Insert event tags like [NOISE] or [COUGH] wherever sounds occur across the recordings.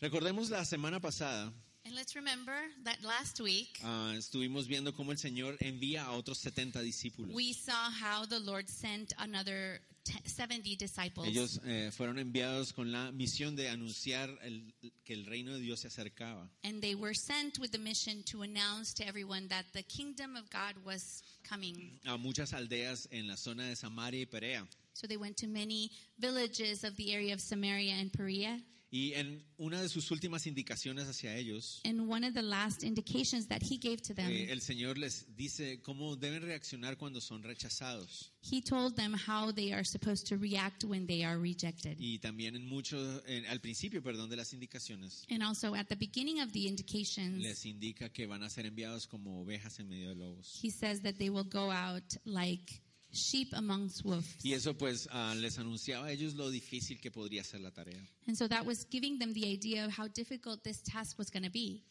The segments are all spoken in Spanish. Recordemos la semana pasada, And let's remember that last week ah, estuvimos viendo cómo el Señor envía a otros 70 discípulos. we saw how the Lord sent another t- 70 disciples. Ellos eh, fueron enviados con la misión de anunciar el- que el reino de Dios se acercaba. And they were sent with the mission to announce to everyone that the kingdom of God was coming. a muchas aldeas en la zona de Samaria y Perea. So they went to many villages of the area of Samaria and Perea. Y en una de sus últimas indicaciones hacia ellos, And one of the last indications that he gave to them, eh, el Señor les dice cómo deben reaccionar cuando son rechazados. he told them how they are supposed to react when they are rejected. Y también en mucho, en- al principio, perdón, de las indicaciones, And also at the beginning of the indications, les indica que van a ser enviados como ovejas en medio de lobos. he says that they will go out like sheep amongst wolves. Y eso pues ah, les anunciaba a ellos lo difícil que podría ser la tarea. And so that was giving them the idea of how difficult this task was going to be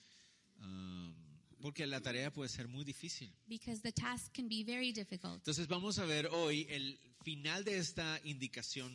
Ah, porque la tarea puede ser muy difícil. because the task can be very difficult. Entonces vamos a ver hoy el final de esta indicación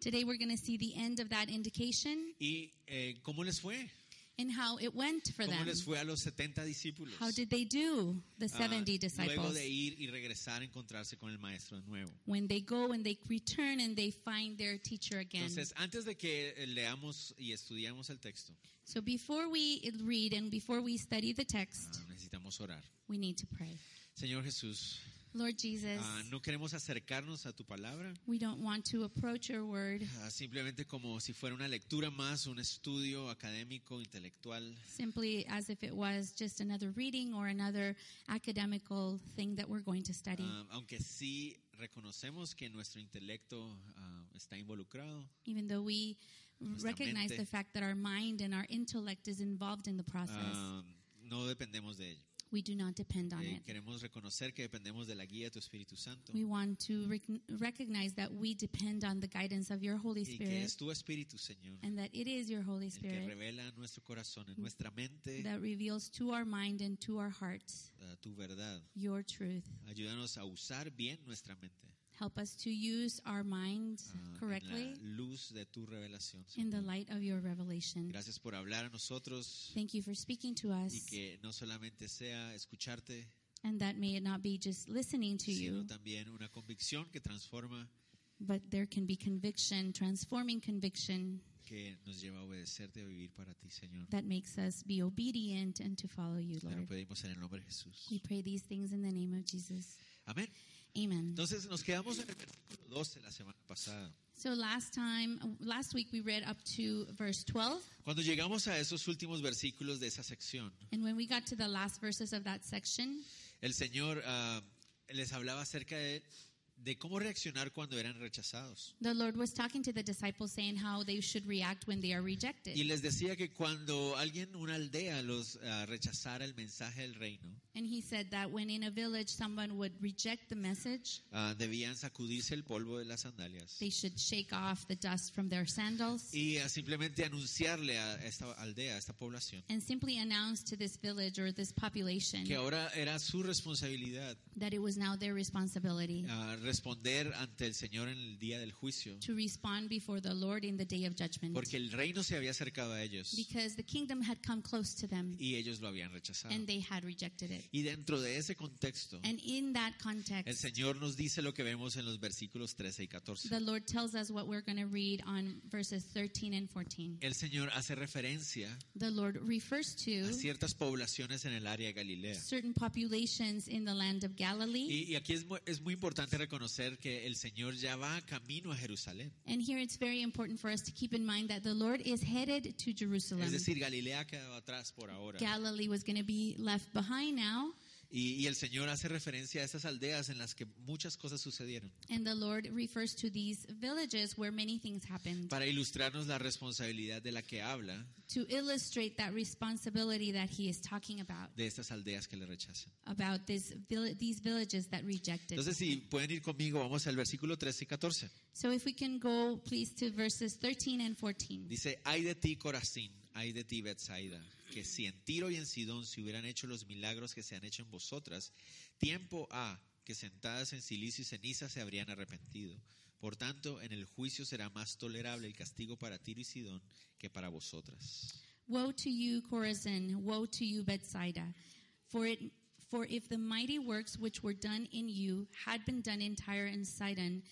Today we're going to see the end of that indication y eh, cómo les fue. and how it went for ¿Cómo them. les fue a los 70 discípulos? How did they do, the Ah, 70 Luego disciples? de ir y regresar a encontrarse con el maestro de nuevo. When they go and they return and they find their teacher again. Entonces, antes de que eh, leamos y estudiamos el texto, So before we read and before we study the text, ah, necesitamos orar. we need to pray. Señor Jesús, Lord Jesus, ah, no queremos acercarnos a tu palabra, we don't want to approach your word ah, simplemente como si fuera una lectura más, un estudio académico, intelectual. simply as if it was just another reading or another academical thing that we're going to study. Ah, aunque sí reconocemos que nuestro intelecto ah, está involucrado, Even though we nuestra recognize mente. the fact that our mind and our intellect is involved in the process, ah, no dependemos de ello. we do not depend on Eh, it. queremos reconocer que dependemos de la guía de tu Espíritu Santo We want to rec- recognize that we depend on the guidance of your Holy y que Spirit es tu Espíritu, Señor, and that it is your Holy el que Spirit Mm. revela a nuestro corazón, en nuestra mente, that reveals to our mind and to our hearts eh, tu verdad. your truth. Ayúdanos a usar bien nuestra mente Help us to use our mind ah, correctly en la luz de tu revelación. in the Señor. light of your revelation. Gracias por hablar a nosotros Thank you for speaking to us, y que no solamente sea escucharte, and that may it not be just listening to sino you, también una convicción que transforma, but there can be conviction, transforming conviction que nos lleva a obedecerte, a vivir para ti, Señor. that makes us be obedient and to follow you, Te lo Lord. pedimos en el nombre de Jesús. We pray these things in the name of Jesus. Amén. Amen. Entonces nos quedamos en el versículo 12 la semana pasada. So last time, last week we read up to verse 12, Cuando llegamos a esos últimos versículos de esa sección, and when we got to the last verses of that section, el Señor ah, les hablaba acerca de, de cómo reaccionar cuando eran rechazados. the Lord was talking to the disciples saying how they should react when they are rejected. Y les decía que cuando alguien, una aldea, los ah, rechazara el mensaje del reino, And he said that when in a village someone would reject the message, ah, debían sacudirse el polvo de las sandalias They should shake off the dust from their sandals y ah, simplemente anunciarle a esta aldea, a esta población, and simply announce to this village or this population que ahora era su responsabilidad that it was now their responsibility ah, responder ante el Señor en el día del juicio, to respond before the Lord in the day of judgment porque el reino se había acercado a ellos because the kingdom had come close to them y ellos lo habían rechazado. and they had rejected it. Y dentro de ese contexto, And in that el context, Señor nos dice lo que vemos en los versículos 13 y 14. the Lord tells us what we're going to read on verses 13 and 14. El Señor hace referencia The Lord refers a to ciertas poblaciones en el área de Galilea. certain populations in the land of Galilee. Y, y aquí es muy, es muy importante reconocer que el Señor ya va camino a Jerusalén. And here it's very important for us to keep in mind that the Lord is headed to Jerusalem. Es decir, Galilea ha quedado atrás por ahora. Galilee was going to be left behind now, Y, y el Señor hace referencia a esas aldeas en las que muchas cosas sucedieron and the Lord refers to these villages where many things happened para ilustrarnos la responsabilidad de la que habla to illustrate that responsibility that he is talking about de estas aldeas que le rechazan. about this vill- these villages that rejected. Entonces, si pueden ir conmigo, vamos al versículo 13 y 14. So if we can go please to verses 13 and 14. Dice, ay de ti Corazín, ay de ti Betsaida, que si en Tiro y en Sidón se hubieran hecho los milagros que se han hecho en vosotras, tiempo ha que sentadas en silicio y ceniza se habrían arrepentido. Por tanto, en el juicio será más tolerable el castigo para Tiro y Sidón que para vosotras. Woe to you, Chorazin! Woe to you, Bethsaida! For it, for if the mighty works which were done in you had been done in Tyre and Sidon,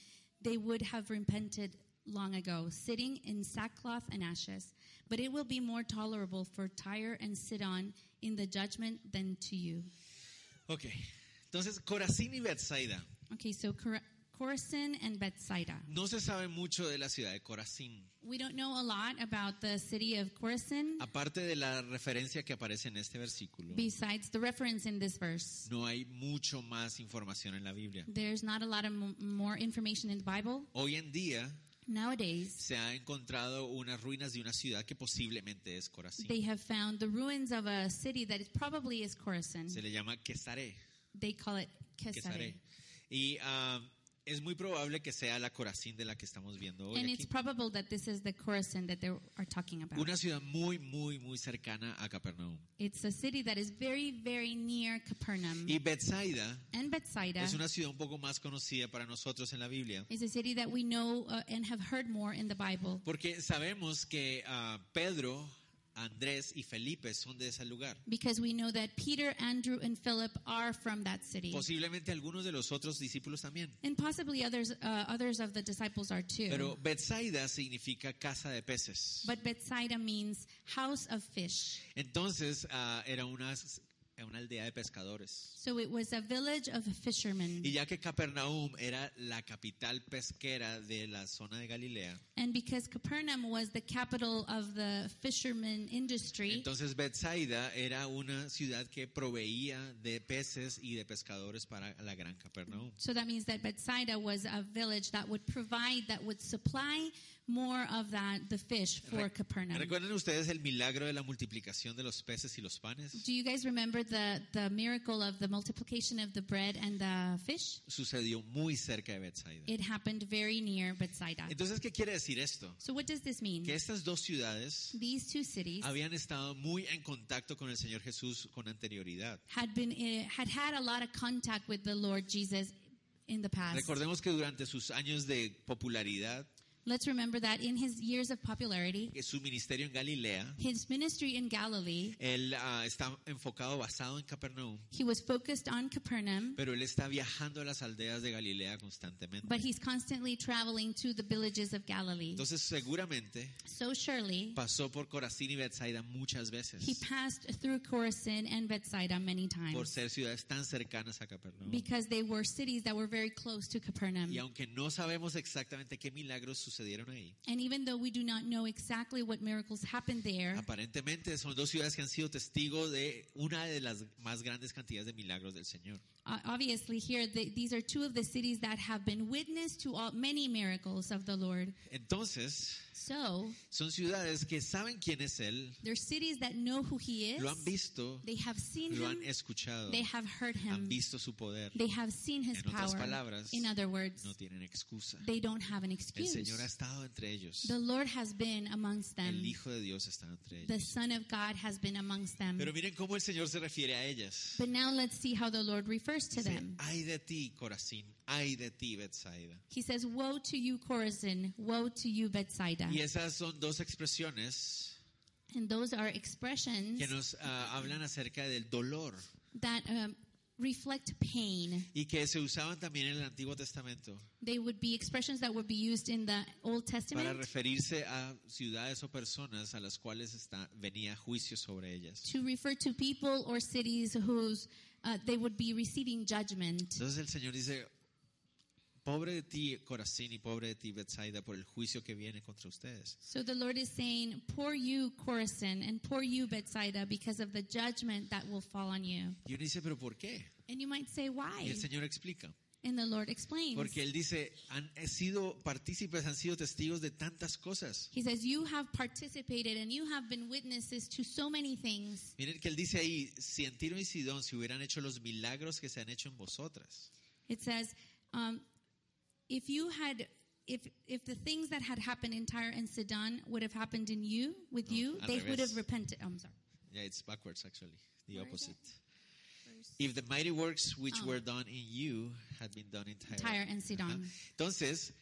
they would have repented long ago, sitting in sackcloth and ashes. But it will be more tolerable for Tyre and Sidon in the judgment than to you. Ok, entonces Corazín y Bethsaida. Okay, so Cor- Chorazin and Bethsaida. No se sabe mucho de la ciudad de Corazín, We don't know a lot about the city of Chorazin aparte de la referencia que aparece en este versículo. besides the reference in this verse. No hay mucho más información en la Biblia. There's not a lot of m- more information in the Bible Hoy en día nowadays. se ha encontrado unas ruinas de una ciudad que posiblemente es Corazín. They have found the ruins of a city that it probably is Chorazin. Se le llama Quesaré. They call it Quesaré. Kesare. Y ah, es muy probable que sea la Corazín de la que estamos viendo hoy. And aquí. it's probable that this is the Chorazin that they are talking about. Una ciudad muy, muy, muy cercana a Capernaum. It's a city that is very, very near Capernaum. Y Bethsaida And Bethsaida es una ciudad un poco más conocida para nosotros en la Biblia. is a city that we know uh, and have heard more in the Bible Porque sabemos que ah, Pedro, Andrés y Felipe son de ese lugar. because we know that Peter, Andrew, and Philip are from that city. Posiblemente algunos de los otros discípulos también. And possibly others, uh, others of the disciples are too. Pero Bethsaida significa casa de peces. but Bethsaida means house of fish. Entonces ah, era una, una aldea de pescadores. So it was a village of fishermen. Y ya que Capernaum era la capital pesquera de la zona de Galilea, And because Capernaum was the capital of the fishermen industry, entonces Bethsaida era una ciudad que proveía de peces y de pescadores para la gran Capernaum. so that means that Bethsaida was a village that would provide, that would supply more of that, the fish for Capernaum. ¿Recuerdan ustedes el milagro de la multiplicación de los peces y los panes? Do you guys remember the, the miracle of the multiplication of the bread and the fish? Sucedió muy cerca de Bethsaida. It happened very near Bethsaida. Entonces, ¿qué quiere decir esto? So what does this Que mean? estas dos ciudades These two cities habían estado muy en contacto con el Señor Jesús con anterioridad. had been eh, had had a lot of contact with the Lord Jesus in the past. Recordemos que durante sus años de popularidad, Let's remember that in his years of popularity, que su ministerio en Galilea, his ministry in Galilee, él ah, está enfocado, basado en Capernaum, he was focused on Capernaum, pero él está viajando a las aldeas de Galilea constantemente. but he's constantly traveling to the villages of Galilee. Entonces, seguramente So surely pasó por Corazín y Bethsaida muchas veces he passed through Chorazin and Bethsaida many por times ser ciudades tan cercanas a Capernaum. because they were cities that were very close to Capernaum. Y aunque no sabemos exactamente qué milagros sucedieron ahí, And even though we do not know exactly what miracles happened there, aparentemente son dos ciudades que han sido testigos de una de las más grandes cantidades de milagros del Señor. Uh, obviously, here the, these are two of the cities that have been witness to all, many miracles of the Lord. Entonces, So son ciudades que saben quién es Él, they're cities that know who He is. lo han visto, They have seen lo han Him. escuchado, They have heard han Him. visto su poder. They have seen His En otras power. palabras, In other words, No tienen excusa. they don't have an El excuse. Señor ha estado entre ellos. The Lord has been amongst them. El Hijo de Dios está entre The ellos. Son of God has been amongst them. Pero miren cómo el Señor se refiere a ellas. But now let's see how the Lord refers to Dice, "Ah, them. Ay de ti, Corazín. Ay de ti, Bethsaida. He says, "Woe to you, Chorazin! Woe to you, Bethsaida!" Y esas son dos expresiones And those are expressions que nos ah, hablan acerca del dolor that um, reflect pain. y que se usaban también en el Antiguo Testamento They would be expressions that would be used in the Old para Testament referirse a ciudades o personas a las cuales está, venía juicio sobre ellas. to refer to people or cities whose uh, they would be receiving judgment. Entonces el Señor dice, pobre de ti, Corazín, y pobre de ti, Bethsaida, por el juicio que viene contra ustedes. So the Lord is saying, "Poor you, Chorazin, and poor you, Bethsaida, because of the judgment that will fall on you." Y uno dice, pero ¿por qué? And you might say, Y "Why?" el Señor explica. And the Lord explains. Porque Él dice, han sido partícipes, han sido testigos de tantas cosas. He says, "You have participated and you have been witnesses to so many things." Miren que Él dice ahí, si en Tiro y Sidón se hubieran hecho los milagros que se han hecho en vosotras. It says, um, if you had, if if the things that had happened in Tyre and Sidon would have happened in you, with No, you, al they would revés. have repented. Oh, I'm sorry. Yeah, it's backwards actually, the Where is opposite. Verse- If the mighty works which Ah. were done in you had been done in Tyre. Tyre and Sidon. Ajá. Entonces,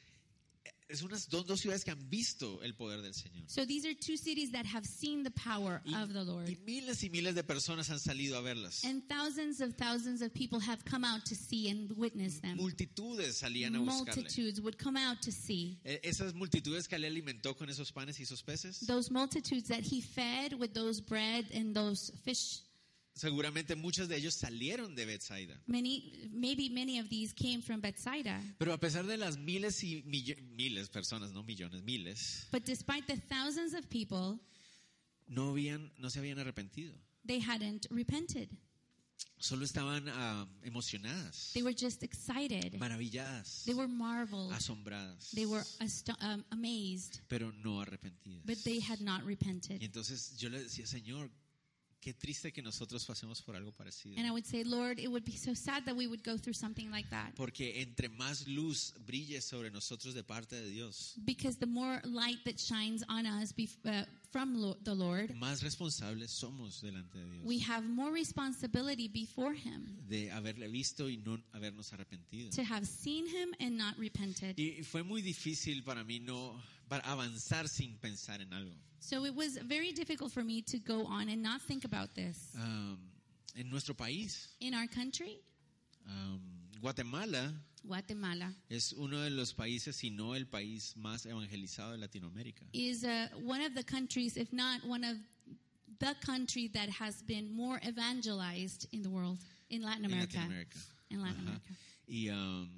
Es unas dos, dos ciudades que han visto el poder del Señor. So these are two cities that have seen the power Y, of the y Lord. miles y miles de personas han salido a verlas. And thousands of thousands of people have come out to see and witness them. Multitudes salían a buscarle. Multitudes would come out to see. Eh, Esas multitudes que él alimentó con esos panes y esos peces, Those multitudes that he fed with those bread and those fish, seguramente muchos de ellos salieron de Bethsaida. many, maybe many of these came from Bethsaida. Pero a pesar de las miles y millo- miles personas, no millones, miles, But despite the thousands of people, no habían, no se habían arrepentido. they hadn't repented. Solo estaban ah, emocionadas, They were just excited. maravilladas, They were marveled. asombradas, They were asto- um, amazed, pero no arrepentidas. but they had not Y repented. entonces yo le decía, Señor, qué triste que nosotros pasemos por algo parecido. And I would say, Lord, it would be so sad that we would go through something like that. Porque entre más luz brille sobre nosotros de parte de Dios, Because the more light that shines on us bef- uh, from Lo- the Lord, más responsables somos delante de Dios we have more responsibility before Him de haberle visto y no habernos arrepentido. to have seen Him and not repented. Y fue muy difícil para mí no para avanzar sin pensar en algo. So it was very difficult for me to go on and not think about this. Am, en nuestro país, In our country, am, Guatemala Guatemala es uno de los países, si no el país más evangelizado de Latinoamérica. is uh, one of the countries, if not one of the country that has been more evangelized in the world, in Latin En America. Uh-huh. Latinoamérica. In Latin Ajá. America. Y, am,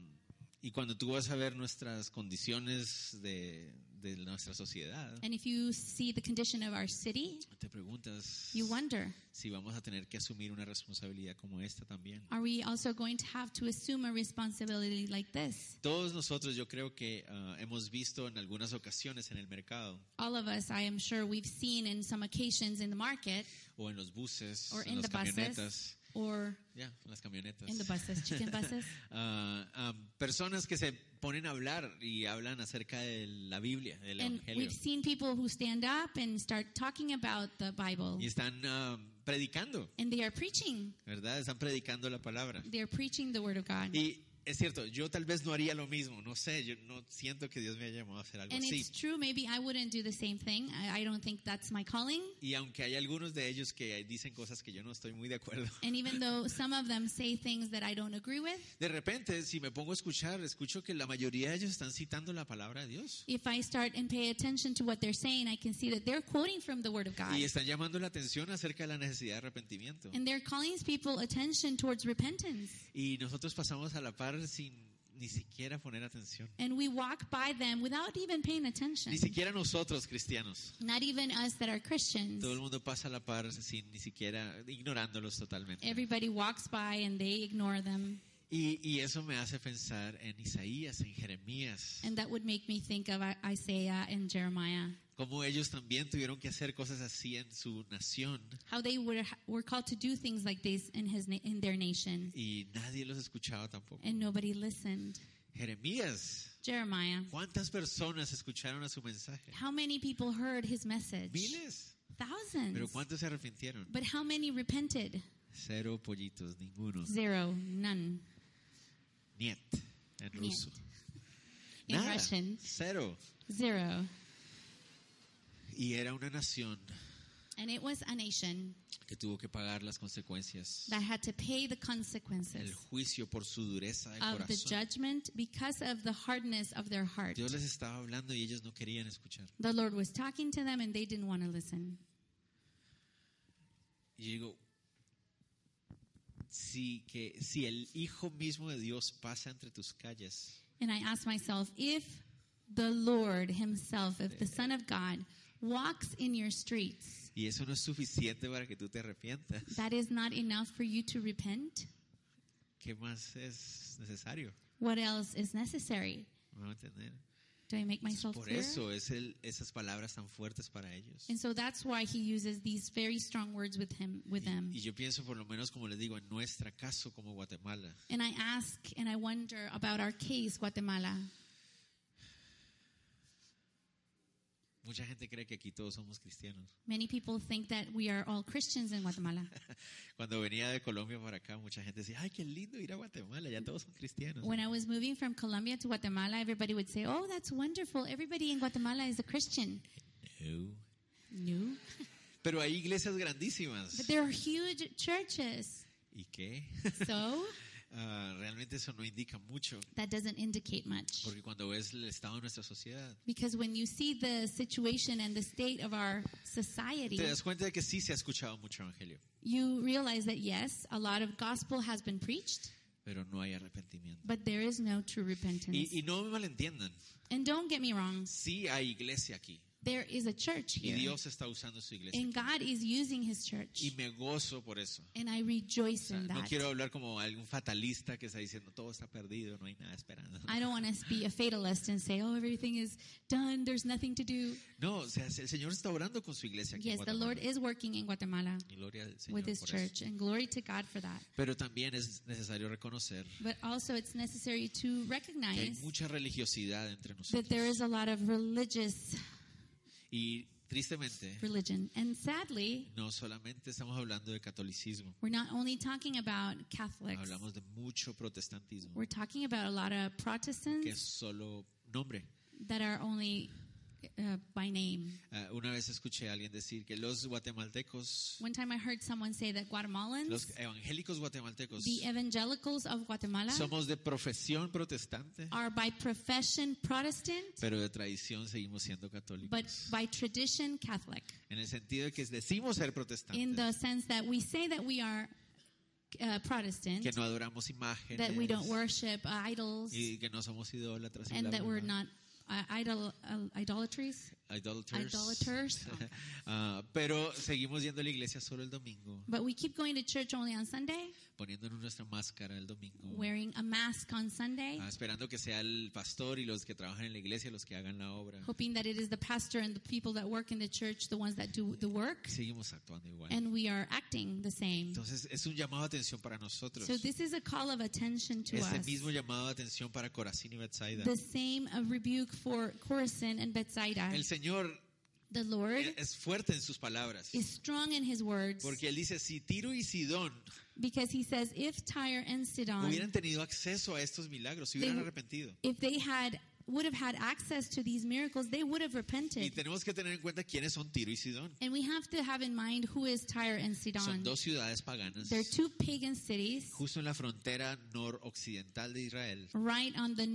y cuando tú vas a ver nuestras condiciones de, de nuestra sociedad, And if you see the condition of our city, te preguntas you wonder si vamos a tener que asumir una responsabilidad como esta también. are we also going to have to assume a responsibility like this? Todos nosotros yo creo que ah, hemos visto en algunas ocasiones en el mercado All of us, I am sure, we've seen in some occasions in the market o en los buses, or en in the las buses camionetas, or ya, en las camionetas, in [LAUGHS] the buses, chicken buses. Ah, ah, personas que se ponen a hablar y hablan acerca de la Biblia, del And Evangelio, we've seen people who stand up and start talking about the Bible. y están ah, predicando, And they are preaching. ¿verdad? Están predicando la palabra. They are preaching the Word of God. Y es cierto, yo tal vez no haría lo mismo, no sé, yo no siento que Dios me haya llamado a hacer algo And así. it's true, maybe I wouldn't do the same thing. I, I don't think that's my calling. Y aunque hay algunos de ellos que dicen cosas que yo no estoy muy de acuerdo, [LAUGHS] And even though some of them say things that I don't agree with, de repente si me pongo a escuchar, escucho que la mayoría de ellos están citando la palabra de Dios. if I start and pay attention to what they're saying, I can see that they're quoting from the Word of God. Y están llamando la atención acerca de la necesidad de arrepentimiento. And they're calling people attention towards repentance. Y nosotros pasamos a la par sin ni siquiera poner atención. And we walk by them without even paying attention. Ni siquiera nosotros cristianos. Not even us that are Christians. Todo el mundo pasa a la par sin ni siquiera ignorándolos totalmente. Everybody walks by and they ignore them. Y, y eso me hace pensar en Isaías, en Jeremías, And that would make me think of I- Isaiah and Jeremiah, cómo ellos también tuvieron que hacer cosas así en su nación how they were, were called to do things like this in, his, na- in their nation. y nadie los escuchaba tampoco. And nobody listened. Jeremías, Jeremiah, ¿cuántas personas escucharon a su mensaje? how many people heard his message? Miles. Pero Thousands. ¿cuántos se arrepintieron? But how many repented? Cero pollitos, ninguno. Zero, none. Niet, en ruso. In Nada, Russian, cero. zero. Y era una nación And it was a nation que tuvo que pagar las consecuencias, that had to pay the el consequences juicio por su dureza de of the corazón. judgment because of the hardness of their heart. Dios les estaba hablando y ellos no querían escuchar. The Lord was talking to them and they didn't want to listen. Y yo digo, si, que, si el Hijo mismo de Dios pasa entre tus calles, And I asked myself, if the Lord Himself, if the Son of God walks in your streets, y eso no es suficiente para que tú te arrepientas, that is not enough for you to repent? ¿qué más es necesario? What else is necessary? ¿Me van a entender? Do I make myself Por clear? eso es el- esas palabras tan fuertes para ellos. And so that's why he uses these very strong words with him with them. Y yo pienso, por lo menos, como les digo, en nuestro caso como Guatemala, And I ask and I wonder about our case, Guatemala. mucha gente cree que aquí todos somos cristianos. Many people think that we are all Christians in Guatemala. Cuando venía de Colombia para acá, mucha gente decía, ay, qué lindo ir a Guatemala, ya todos son cristianos. When I was moving from Colombia to Guatemala, everybody would say, Oh, that's wonderful. Everybody in Guatemala is a Christian. No. No. Pero hay iglesias grandísimas. But there are huge churches. ¿Y qué? [LAUGHS] So Ah, realmente eso no indica mucho, that doesn't indicate much. porque cuando ves el estado de nuestra sociedad, Because when you see the situation and the state of our society, te das cuenta de que sí se ha escuchado mucho evangelio, you realize that yes, a lot of gospel has been preached, pero no hay arrepentimiento. but there is no true repentance. Y, y no me malentiendan, And don't get me wrong, sí hay iglesia aquí, there is a church y here, Dios está usando su iglesia. and God is using His church, Y me gozo por eso. and I rejoice O sea, in no quiero that. hablar como algún fatalista que está diciendo todo está perdido, no hay nada esperando. I don't want to be a fatalist and say, "Oh, everything is done. There's nothing to do." No, o sea, el Señor está orando con su iglesia aquí. en Yes, the Lord Guatemala. is working in Guatemala Gloria al Señor with His por eso. church, and glory to God for that. Pero también es necesario reconocer But also, it's necessary to que hay recognize mucha religiosidad entre nosotros. that there is a lot of religious Y tristemente, religion. And sadly, no solamente estamos hablando de catolicismo, we're not only talking about Catholics, hablamos de mucho protestantismo, we're talking about a lot of que es Protestants solo nombre. that are only uh, by name. Ah, una vez escuché a alguien decir que los guatemaltecos, One time I heard someone say that los Guatemalans, evangélicos guatemaltecos, the evangelicals of Guatemala, somos de profesión protestante, are by profession Protestant, pero de tradición seguimos siendo católicos. but by tradition Catholic, En el sentido de que decimos ser in the protestantes, sense that we say that we are uh, Protestant, que no adoramos that we don't imágenes worship uh, idols, y que no somos idólatras. y and bla, that bla, we're bla. not uh, idol, uh, idolatries. Idolaters. [LAUGHS] Idolaters. Ah, pero seguimos yendo a la iglesia solo el domingo, But we keep going to church only on Sunday, poniéndonos nuestra máscara el domingo, wearing a mask on Sunday, Mm. ah, esperando que sea el pastor y los que trabajan en la iglesia los que hagan la obra. hoping that it is the pastor and the people that work in the church, the ones that do the work, Seguimos actuando igual. and we are acting the same. Entonces es un llamado de atención para nosotros. So this is a call of attention to Ese us. mismo llamado de atención para Corazín y Bethsaida. The same of rebuke for Chorazin and Bethsaida. El Señor The Lord es fuerte en sus palabras. is strong in his words Porque él dice, si Tiro y Sidón because he says, if Tyre and hubieran Sidon, tenido acceso a estos milagros, se hubieran arrepentido. if they had would have had access to these miracles, they would have Y repented. tenemos que tener en cuenta quiénes son Tiro y Sidón. And we have to have in mind who is Tyre and Son Sidon. dos ciudades paganas, They're two pagan cities justo en la frontera noroccidental de Israel. right on the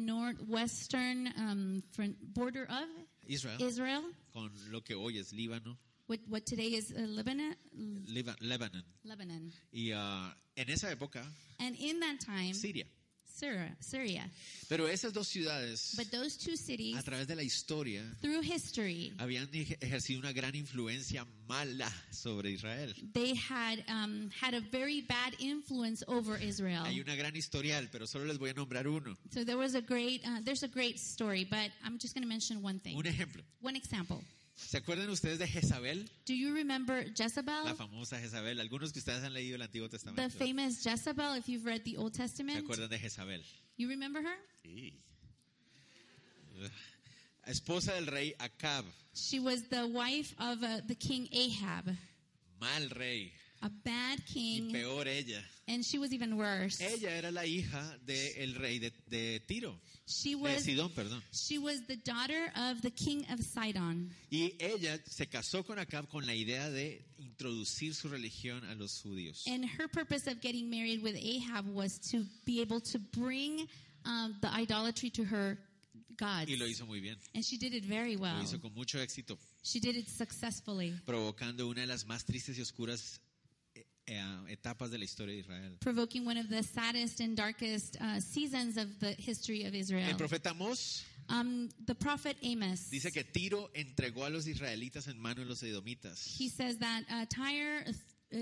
northwestern um, front border of Israel, Israel, con lo que hoy es Líbano, what, what today is uh, Lebanon, Liba- Lebanon. Lebanon. Y ah, en esa época, And in that time, Siria. Syria, Syria. Pero esas dos ciudades, But those two a cities, través de la historia, through history, habían ej- ejercido una gran influencia mala sobre Israel. they had um, had a very bad influence over Israel. Hay una gran historial, pero solo les voy a nombrar uno. So there was a great, uh, there's a great story, but I'm just going to mention one thing, Un ejemplo. one example. ¿Se acuerdan ustedes de Jezabel? Do you remember Jezebel, La famosa Jezabel. Algunos que ustedes han leído el Antiguo Ah. the Testamento. famous Jezebel? If you've read the Old ¿Se Testament, acuerdan de Jezabel? you remember her? Sí. Ugh. Esposa del rey Acab, She was the wife of uh, the king Ahab, mal rey, a bad y king, peor ella. and she was even worse. Ella era la hija del rey de, de Tiro, She de was Sidón, perdón. she was the daughter of the king of Sidon, Y ella se casó con Acab con la idea de introducir su religión a los judíos. and her purpose of getting married with Ahab was to be able to bring um, the idolatry to her gods, Y lo hizo muy bien, and she did it very lo well. hizo con mucho éxito, She did it successfully, provocando una de las más tristes y oscuras eh, eh, etapas de la historia de Israel. provoking one of the saddest and darkest uh, seasons of the history of Israel. El profeta Amós Um, the prophet Amos. dice que Tiro entregó a los israelitas en manos de los edomitas. he says that uh, Tyre uh,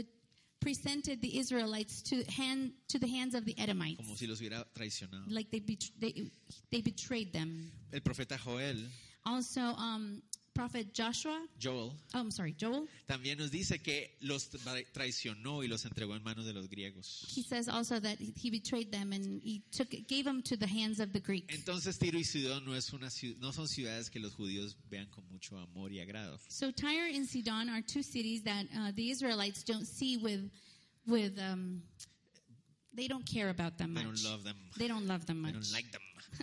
presented the Israelites to hand to the hands of the Edomites, como si los hubiera traicionado. like they, betr they they betrayed them. El profeta Joel, Also, um, prophet Joshua. Joel, Oh, I'm sorry, Joel. también nos dice que los tra- traicionó y los entregó en manos de los griegos. He says also that he betrayed them and he took gave them to the hands of the Greeks. Entonces Tiro y Sidón no, es una, ciu- no son ciudades que los judíos vean con mucho amor y agrado. So Tyre and Sidon are two cities that uh, the Israelites don't see with with um, they don't care about them They much. don't love them. They don't love them I much. don't [LAUGHS] like them.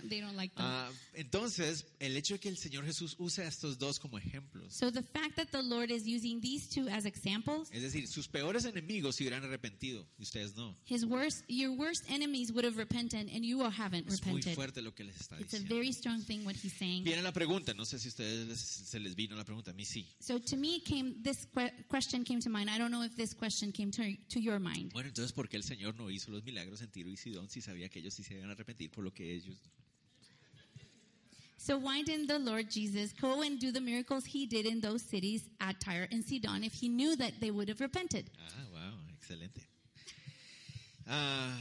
they don't like them. Ah, entonces, el hecho de que el Señor Jesús use a estos dos como ejemplos, so the fact that the Lord is using these two as examples, es decir, sus peores enemigos se hubieran arrepentido y ustedes no. his worst, your worst enemies would have repented, and you all haven't Es muy repented. fuerte lo que les está It's a diciendo. very strong thing what he's saying. Viene la pregunta, no sé si a ustedes les- se les vino la pregunta, a mí sí. So to me, it came this que- question came to mind. I don't know if this question came to, to your mind. Bueno, entonces, ¿por qué el Señor no hizo los milagros en Tiro y Sidón si sabía que ellos sí se iban a arrepentir por lo que ellos... So why didn't the Lord Jesus go and do the miracles he did in those cities at Tyre and Sidon if he knew that they would have repented? Ah, wow, excelente. Ah,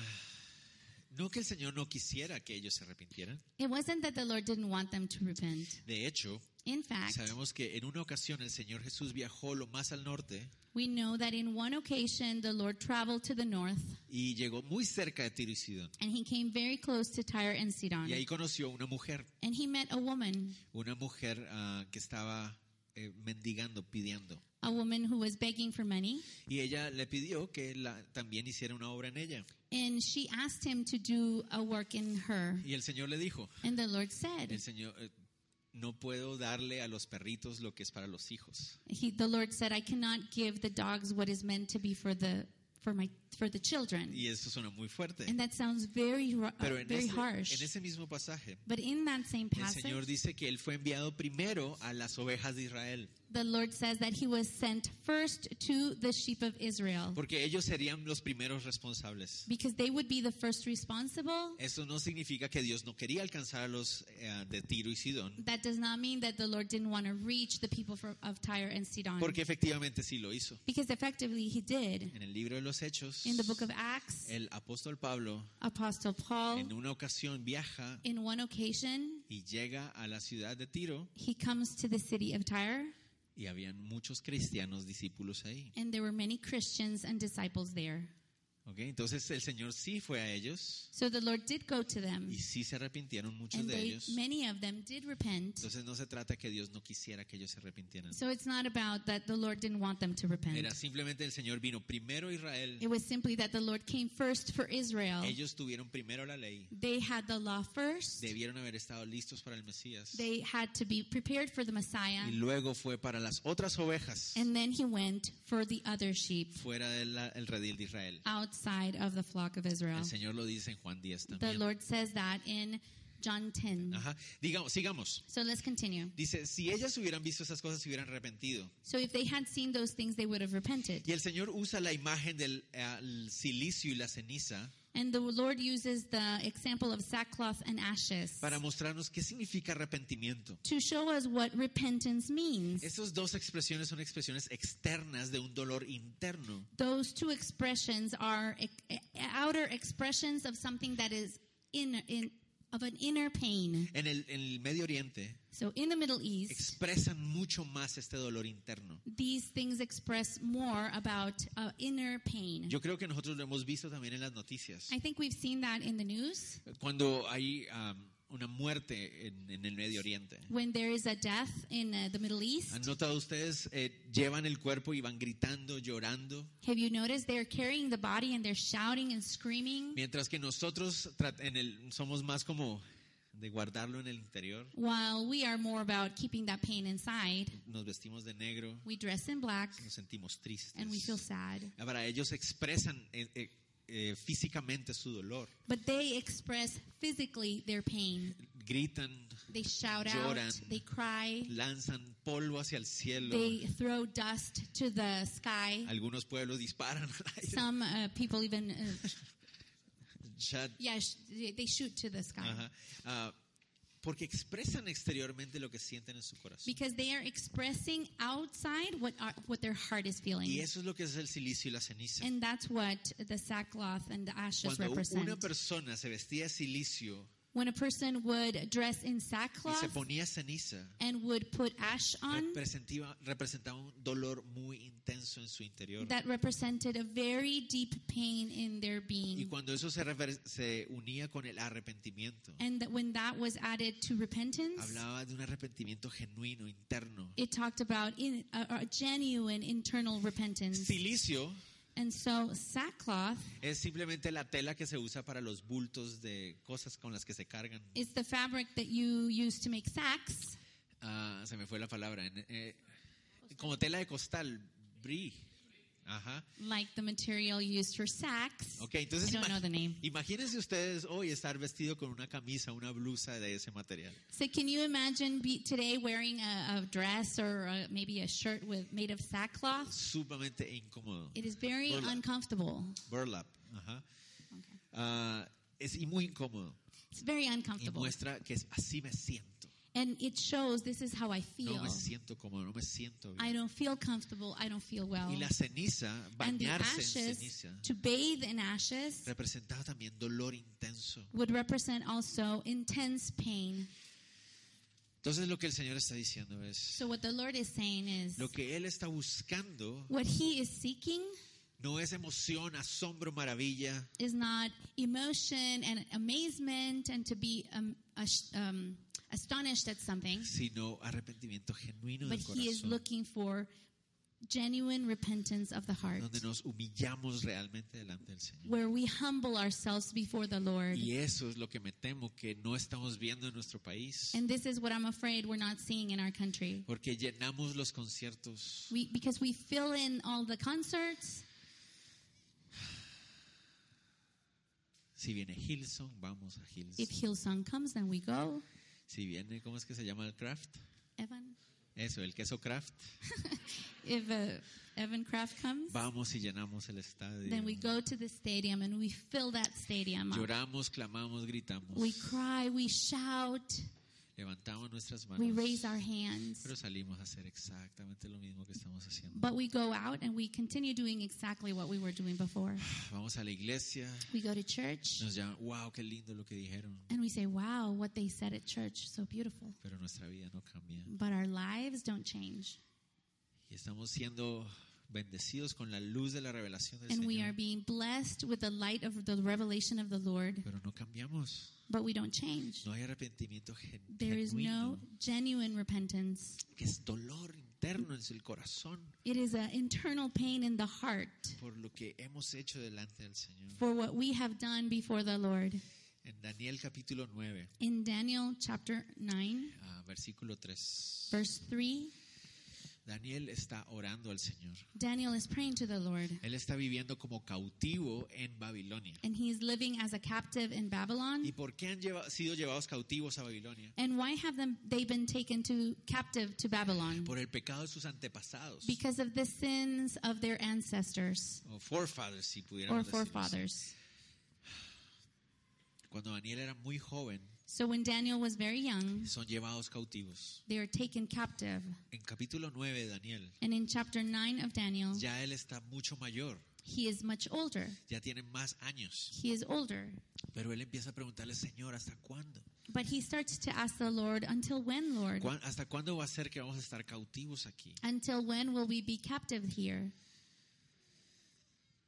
no que el Señor no quisiera que ellos se arrepintieran. It wasn't that the Lord didn't want them to repent. De hecho, In fact, sabemos que en una ocasión el Señor Jesús viajó lo más al norte we know that in one occasion the Lord traveled to the north y llegó muy cerca de Tiro y Sidón. and he came very close to Tyre and Sidon. Y ahí conoció una mujer, And he met a woman, una mujer ah, que estaba eh, mendigando, pidiendo. a woman who was begging for money, Y ella le pidió que la- también hiciera una obra en ella. and she asked him to do a work in her. Y el Señor le dijo, And the Lord said, el Señor, eh, no puedo darle a los perritos lo que es para los hijos. he, the Lord said, I cannot give the dogs what is meant to be for the for my for the children. Y eso suena muy fuerte. And that sounds very ru- uh, Pero en very ese, harsh. en ese mismo pasaje, but in that same el passage, Señor dice que Él fue enviado primero a las ovejas de Israel, the Lord says that he was sent first to the sheep of Israel porque ellos serían los primeros responsables. because they would be the first responsible. Eso no significa que Dios no quería alcanzar a los eh, de Tiro y Sidón, That does not mean that the Lord didn't want to reach the people from, of Tyre and Sidon porque efectivamente sí lo hizo. because effectively he did. En el libro de los Hechos, In the book of Acts, el apóstol Pablo Apostle Paul, en una ocasión viaja in one occasion, y llega a la ciudad de Tiro he comes to the city of Tyre. y habían muchos cristianos discípulos ahí. And there were many Christians and disciples there. ¿ok? Entonces el Señor sí fue a ellos So the Lord did go to them, y sí se arrepintieron muchos and de they, ellos. many of them did repent. Entonces no se trata que Dios no quisiera que ellos se arrepintieran. So it's not about that the Lord didn't want them to repent. Era simplemente el Señor vino primero a Israel, It was simply that the Lord came first for Israel. ellos tuvieron primero la ley, They had the law first. debieron haber estado listos para el Mesías. They had to be prepared for the Messiah. Y luego fue para las otras ovejas And then he went for the other sheep fuera del el redil de Israel. outside of the flock of Israel. El Señor lo dice en Juan 10 The también. Lord says that in John 10. Ajá. Digamos, sigamos. So let's continue. Dice, si ellas hubieran visto esas cosas, se hubieran arrepentido. So if they had seen those things, they would have repented. Y el Señor usa la imagen del eh, el silicio y la ceniza And the Lord uses the example of sackcloth and ashes para mostrarnos qué significa arrepentimiento. to show us what repentance means. Estas dos expresiones son expresiones externas de un dolor interno. Those two expressions are ex- outer expressions of something that is in, in of an inner pain. En el, en el Medio Oriente So in the Middle East, expresan mucho más este dolor interno. these things express more about uh, inner pain. Yo creo que nosotros lo hemos visto también en las noticias. I think we've seen that in the news Cuando hay am, una muerte en, en el Medio Oriente, when there is a death in uh, the Middle East. ¿han notado ustedes? eh, llevan el cuerpo y van gritando, llorando. Have you noticed they're carrying the body and they're shouting and screaming? Mientras que nosotros trat- en el, somos más como de guardarlo en el interior, While we are more about keeping that pain inside, nos vestimos de negro, we dress in black nos sentimos tristes. and we feel sad. Ahora ellos expresan eh, eh, eh, físicamente su dolor, But they express physically their pain. gritan, They shout out, Lloran. they cry, lanzan polvo hacia el cielo. they throw dust to the sky. Algunos pueblos disparan al aire. Some uh, people even, uh, Chat. yeah, sh- they- they shoot to the sky Ajá. Ah, porque expresan exteriormente lo que sienten en su corazón. because they are expressing outside what are, what their heart is Y feeling, eso es lo que es el silicio y la ceniza. and that's what the sackcloth and the ashes Cuando una represent. persona se vestía de silicio When a person would dress in y se sackcloth ponía ceniza, and would put ash on, representaba, representaba un dolor muy intenso en su interior. that represented a very deep pain in their Y being. cuando eso se, refer- se unía con el arrepentimiento, And that when that was added to repentance, hablaba de un arrepentimiento genuino, interno. it talked about in, a, a genuine internal repentance. Silicio And so sackcloth Es simplemente la tela que se usa para los bultos de cosas con las que se cargan. is the fabric that you use to make sacks. Ah, se me fue la palabra. En- eh, como tela de costal, brie. Ajá. like the material used for sacks. Ok, entonces I don't ima- know the name. imagínense ustedes hoy estar vestido con una camisa, una blusa de ese material. So can you imagine be today wearing a, a dress or a, maybe a shirt with made of sackcloth? Sumamente incómodo. It is very Burlap. uncomfortable. Burlap. Ajá. Ah, es y muy incómodo. It's very Y uncomfortable. muestra que es, así me siento. And it shows this is how I No feel. me siento cómodo, no me siento bien. I don't feel comfortable. I don't feel well. Y la ceniza, And the bañarse en ashes, ceniza, to bathe in ashes, representaba también dolor intenso. would represent also intense pain. Entonces lo que el Señor está diciendo es, So what the Lord is saying is lo que Él está buscando what He is seeking no es emoción, asombro, maravilla, is not emotion and amazement and to be um, ash- um, astonished at something, sino arrepentimiento genuino but del he is corazón, looking for genuine repentance of the heart, donde nos humillamos realmente delante del Señor. where we humble ourselves before the Lord. Y eso es lo que me temo que no estamos viendo en nuestro país, And this is what I'm afraid we're not seeing in our country. porque llenamos los conciertos, We, because we fill in all the concerts. si viene Hilson, vamos a If Hilson, Hillsong comes, then we go. si viene, ¿cómo es que se llama el craft? Evan, Eso, el queso craft, if uh, Evan Kraft comes, vamos y llenamos el estadio. then we go to the stadium and we fill that stadium. Up. Lloramos, clamamos, gritamos, We cry, we shout. levantamos nuestras We manos, raise our hands, pero salimos a hacer exactamente lo mismo que estamos haciendo. but we go out and we continue doing exactly what we were doing before. Vamos a la iglesia, We go to church nos llaman, wow, qué lindo lo que dijeron, and we say, wow, what they said at church, so beautiful. pero nuestra vida no cambia. But our lives don't change. Y estamos siendo bendecidos con la luz de la revelación del And we are Señor, being blessed with the light of the revelation of the Lord, pero no cambiamos. but we don't change. No hay arrepentimiento gen- There is no genuino, genuine repentance. que es dolor interno en el corazón It is an internal pain in the heart por lo que hemos hecho delante del Señor. for what we have done before the Lord. En Daniel capítulo 9, In Daniel chapter 9, ah, versículo 3, verse 3, Daniel está orando al Señor. Daniel is praying to the Lord. Él está viviendo como cautivo en Babilonia. and he is living as a captive in ¿Y Babylon. por qué han lleva- sido llevados cautivos a Babilonia? And why have them they been taken to captive to Babylon? Por el pecado de sus antepasados. Mm. Because of the sins of their ancestors o forefathers, si or pudiéramos decirlo así. forefathers. Cuando Daniel era muy joven, So when Daniel was very young, son llevados cautivos. they are taken captive. En capítulo 9 de Daniel, And in chapter 9 of Daniel, ya él está mucho mayor, he is much older. ya tiene más años, He is older. pero él empieza a preguntarle, Señor, ¿hasta cuándo? But he starts to ask the Lord, Until when, Lord? ¿Cuán- ¿Hasta cuándo va a ser que vamos a estar cautivos aquí? Until when will we be captive here?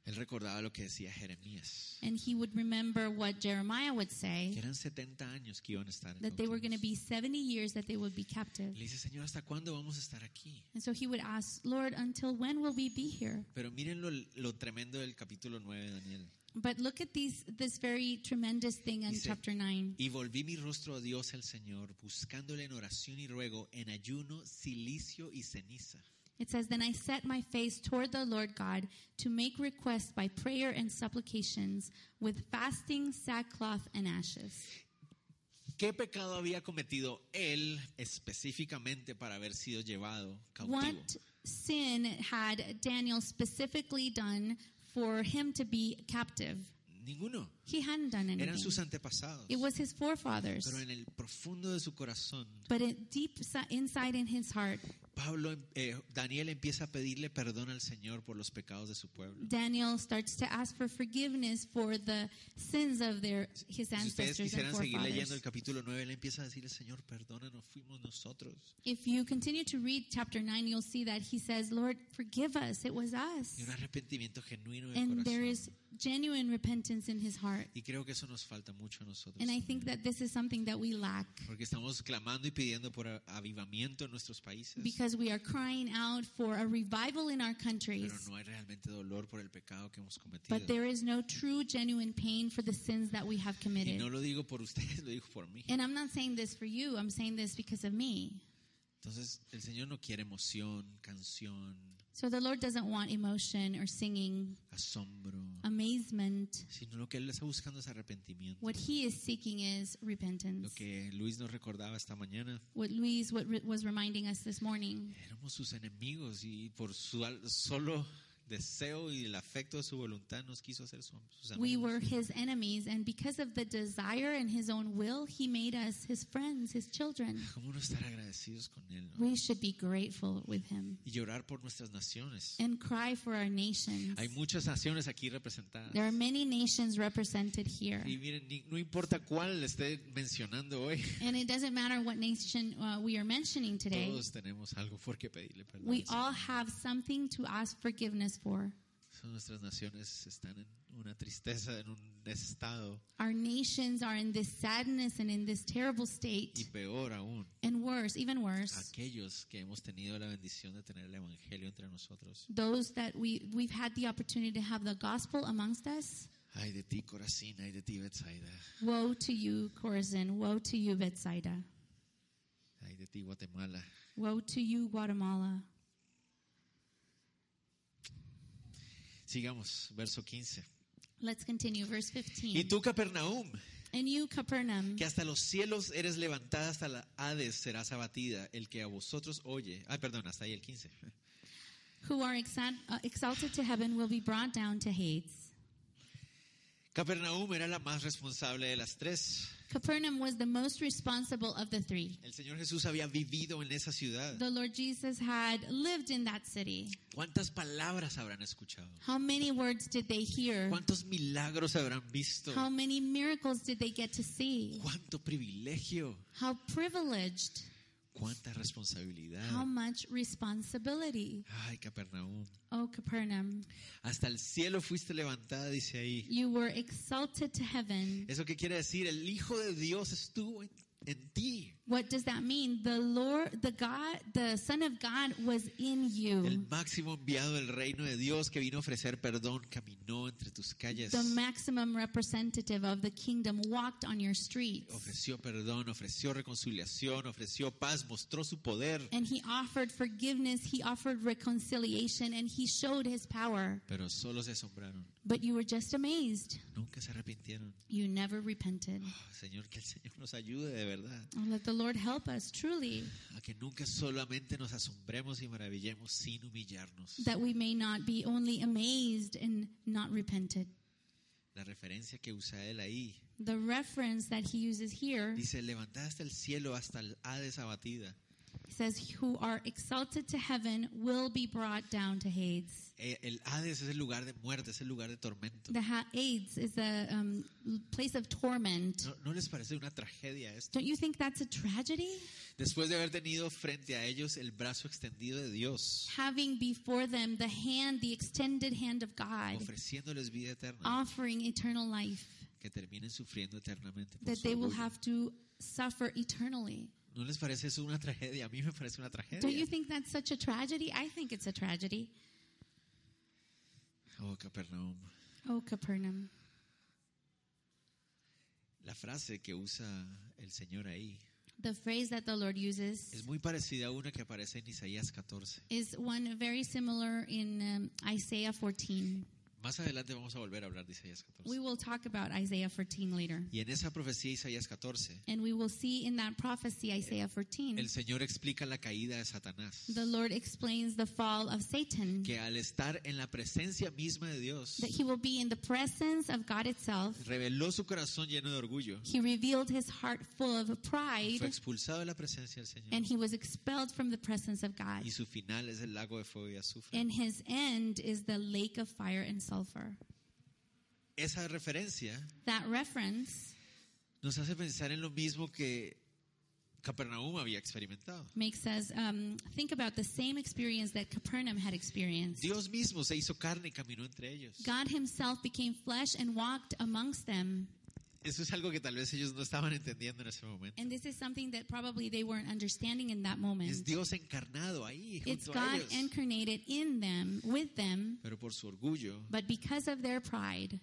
Él recordaba lo que decía Jeremías, And he would remember what Jeremiah would que say eran 70 años que iban a estar. en that they were going to cautivos. be 70 years that they would be captive. Le dice, Señor, ¿hasta cuándo vamos a estar aquí? And so he would ask, Lord, until when will we be here? Pero miren lo, lo tremendo del capítulo 9 de Daniel. But look at these, this very tremendous thing in Dice, chapter 9. Y volví mi rostro a Dios el Señor, buscándole en oración y ruego, en ayuno, silicio y ceniza. It says, Then I set my face toward the Lord God to make requests by prayer and supplications with fasting, sackcloth, and ashes. ¿Qué pecado había cometido él específicamente para haber sido llevado cautivo? What sin had Daniel specifically done for him to be captive? Ninguno. He hadn't done Eran anything. sus antepasados. It was his forefathers. Pero en el profundo de su corazón, But it, deep si- inside in his heart, Pablo, eh, Daniel empieza a pedirle perdón al Señor por los pecados de su pueblo. Daniel starts to ask for forgiveness for the sins of their his Si ustedes ancestors and quisieran seguir leyendo el forefathers. capítulo 9, él empieza a decirle, Señor, perdónanos, fuimos nosotros. If you continue to read chapter 9, you'll see that he says, Lord, forgive us. It was us. Y un arrepentimiento genuino del And there corazón. is genuine repentance in his heart. Y creo que eso nos falta mucho a nosotros. And I también. think that this is something that we lack Porque estamos clamando y pidiendo por a- avivamiento en nuestros países. because we are crying out for a revival in our Pero countries. no hay realmente dolor por el pecado que hemos cometido. Pues But there is no true, genuine pain for the sins that we have Y committed. no lo digo por ustedes, [LAUGHS] lo digo por mí. And I'm not saying this for you, I'm saying this because of me. Entonces, el Señor no quiere emoción, canción, So the Lord doesn't want emotion or singing, asombro, amazement. sino lo que Él está buscando es arrepentimiento. What He is seeking is Lo repentance. que Luis nos recordaba esta mañana, What Luis what re- was reminding us this morning éramos sus enemigos y por su al- solo deseo y el afecto de su voluntad nos quiso hacer su- sus we amigos. were His enemies, and because of the desire and His own will, He made us His friends, His children. ¿Cómo no estar agradecidos con Él? no? We should be grateful with Him Y llorar por nuestras naciones. and cry for our nations. Hay muchas naciones aquí representadas. There are many nations represented here. Y miren, ni- no importa cuál le esté mencionando hoy, And it doesn't matter what nation uh, we are mentioning today, todos tenemos algo por qué pedirle perdón. we al all Señor. have something to ask forgiveness for. Son nuestras naciones están en una tristeza, en un estado, Our nations are in this sadness and in this terrible y state, peor aún, and worse, even worse, aquellos que hemos tenido la bendición de tener el Evangelio entre nosotros. those that we, we've had the opportunity to have the gospel amongst us. Ay de ti, Corazín, ay de ti, Betsaida, Woe to you, Corazin. Woe to you, Bethsaida. ay de ti, Guatemala. Woe to you, Guatemala. Sigamos, verso 15. Let's continue. Verse Y 15. tú, Capernaum, And you, Capernaum, que hasta los cielos eres levantada, hasta la Hades serás abatida, el que a vosotros oye. Ay, perdón, hasta ahí el 15. who are exa- uh, exalted to heaven, will be brought down to Hades. Capernaum era la más responsable de las tres. Capernaum was the most responsible of the three. El Señor Jesús había vivido en esa ciudad. The Lord Jesus had lived in that city. ¿Cuántas palabras habrán escuchado? How many words did they hear? ¿Cuántos milagros habrán visto? Mm. How many miracles did they get to see? ¿Cuánto privilegio? How privileged. ¿Cuánta responsabilidad? How much responsibility. Ay, Capernaum. Oh, Capernaum, Hasta el cielo fuiste levantada, dice ahí. you were exalted to heaven. ¿Eso qué quiere decir? El Hijo de Dios estuvo en, en ti. What does that mean? The Lord, the God, the Son of God was in El you. máximo enviado del reino de Dios que vino a ofrecer perdón caminó entre tus calles. The maximum representative of the kingdom walked on your streets. Ofreció perdón, ofreció reconciliación, ofreció paz, mostró su poder. And he offered forgiveness, he offered reconciliation, and he showed his power. Pero solo se asombraron. But you were just amazed. Nunca se arrepintieron. You never repented. Oh, Señor, que el Señor nos ayude de verdad. Oh, let the Lord help us truly, A que nunca solamente nos asombremos y maravillemos sin humillarnos. that we may not be only amazed and not repented. La referencia que usa él ahí The reference that he uses here dice: Levantada hasta el cielo, hasta el Hades abatida. says, Who are exalted to heaven will be brought down to Hades. Eh, El Hades es el lugar de muerte, es el lugar de tormento. The ha- Hades is a um, place of torment. ¿No, no les parece una tragedia esto? Don't you think that's a tragedy? Después de haber tenido frente a ellos el brazo extendido de Dios, having before them the hand, the extended hand of God, ofreciéndoles vida Ah, eterna, offering eternal life, que terminen sufriendo eternamente. por that su they will orgullo. have to suffer eternally. ¿No les parece eso una tragedia? A mí me parece una tragedia. Don't you think that's such a tragedy? I think it's a tragedy. Oh, Capernaum. Oh, Capernaum. La frase que usa el Señor ahí The phrase that the Lord es uses muy parecida a una que aparece en Isaías 14. is one very similar in um, Isaiah 14. Más adelante vamos a volver a hablar de Isaías We 14. will talk about Isaiah 14 later. Y en esa profecía Isaías 14, And we will see in that prophecy, Isaiah 14, el Señor explica la caída de Satanás. Mm. the Lord explains the fall of Satan, Que al estar en la presencia misma de Dios, that he will be in the presence of God itself. reveló su corazón lleno de orgullo. He revealed his heart full of Fue pride, expulsado de la presencia del Señor. and he was expelled from the presence of God. Y su final es el lago de fuego y azufre. And his end is the lake of fire and sulfur. Esa referencia That reference nos hace pensar en lo mismo que Capernaum había experimentado. makes us um, think about the same experience that Capernaum had experienced. Dios mismo se hizo carne y caminó entre ellos. God himself became flesh and walked amongst them. eso es algo que tal vez ellos no estaban entendiendo en ese momento. And this is something that probably they weren't understanding in that Es moment. Dios encarnado ahí, It's junto a God ellos. incarnated in them, with them, Pero por su orgullo, but because of their pride,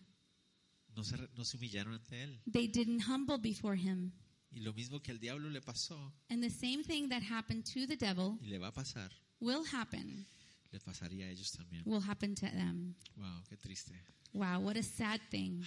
no se, re- no se humillaron ante Él. they didn't humble before Him. Y lo mismo que al diablo le pasó, And the same thing that happened to the devil y le va a pasar, will happen, le pasaría a ellos también. will happen to them. Wow, qué triste. Wow, what a sad thing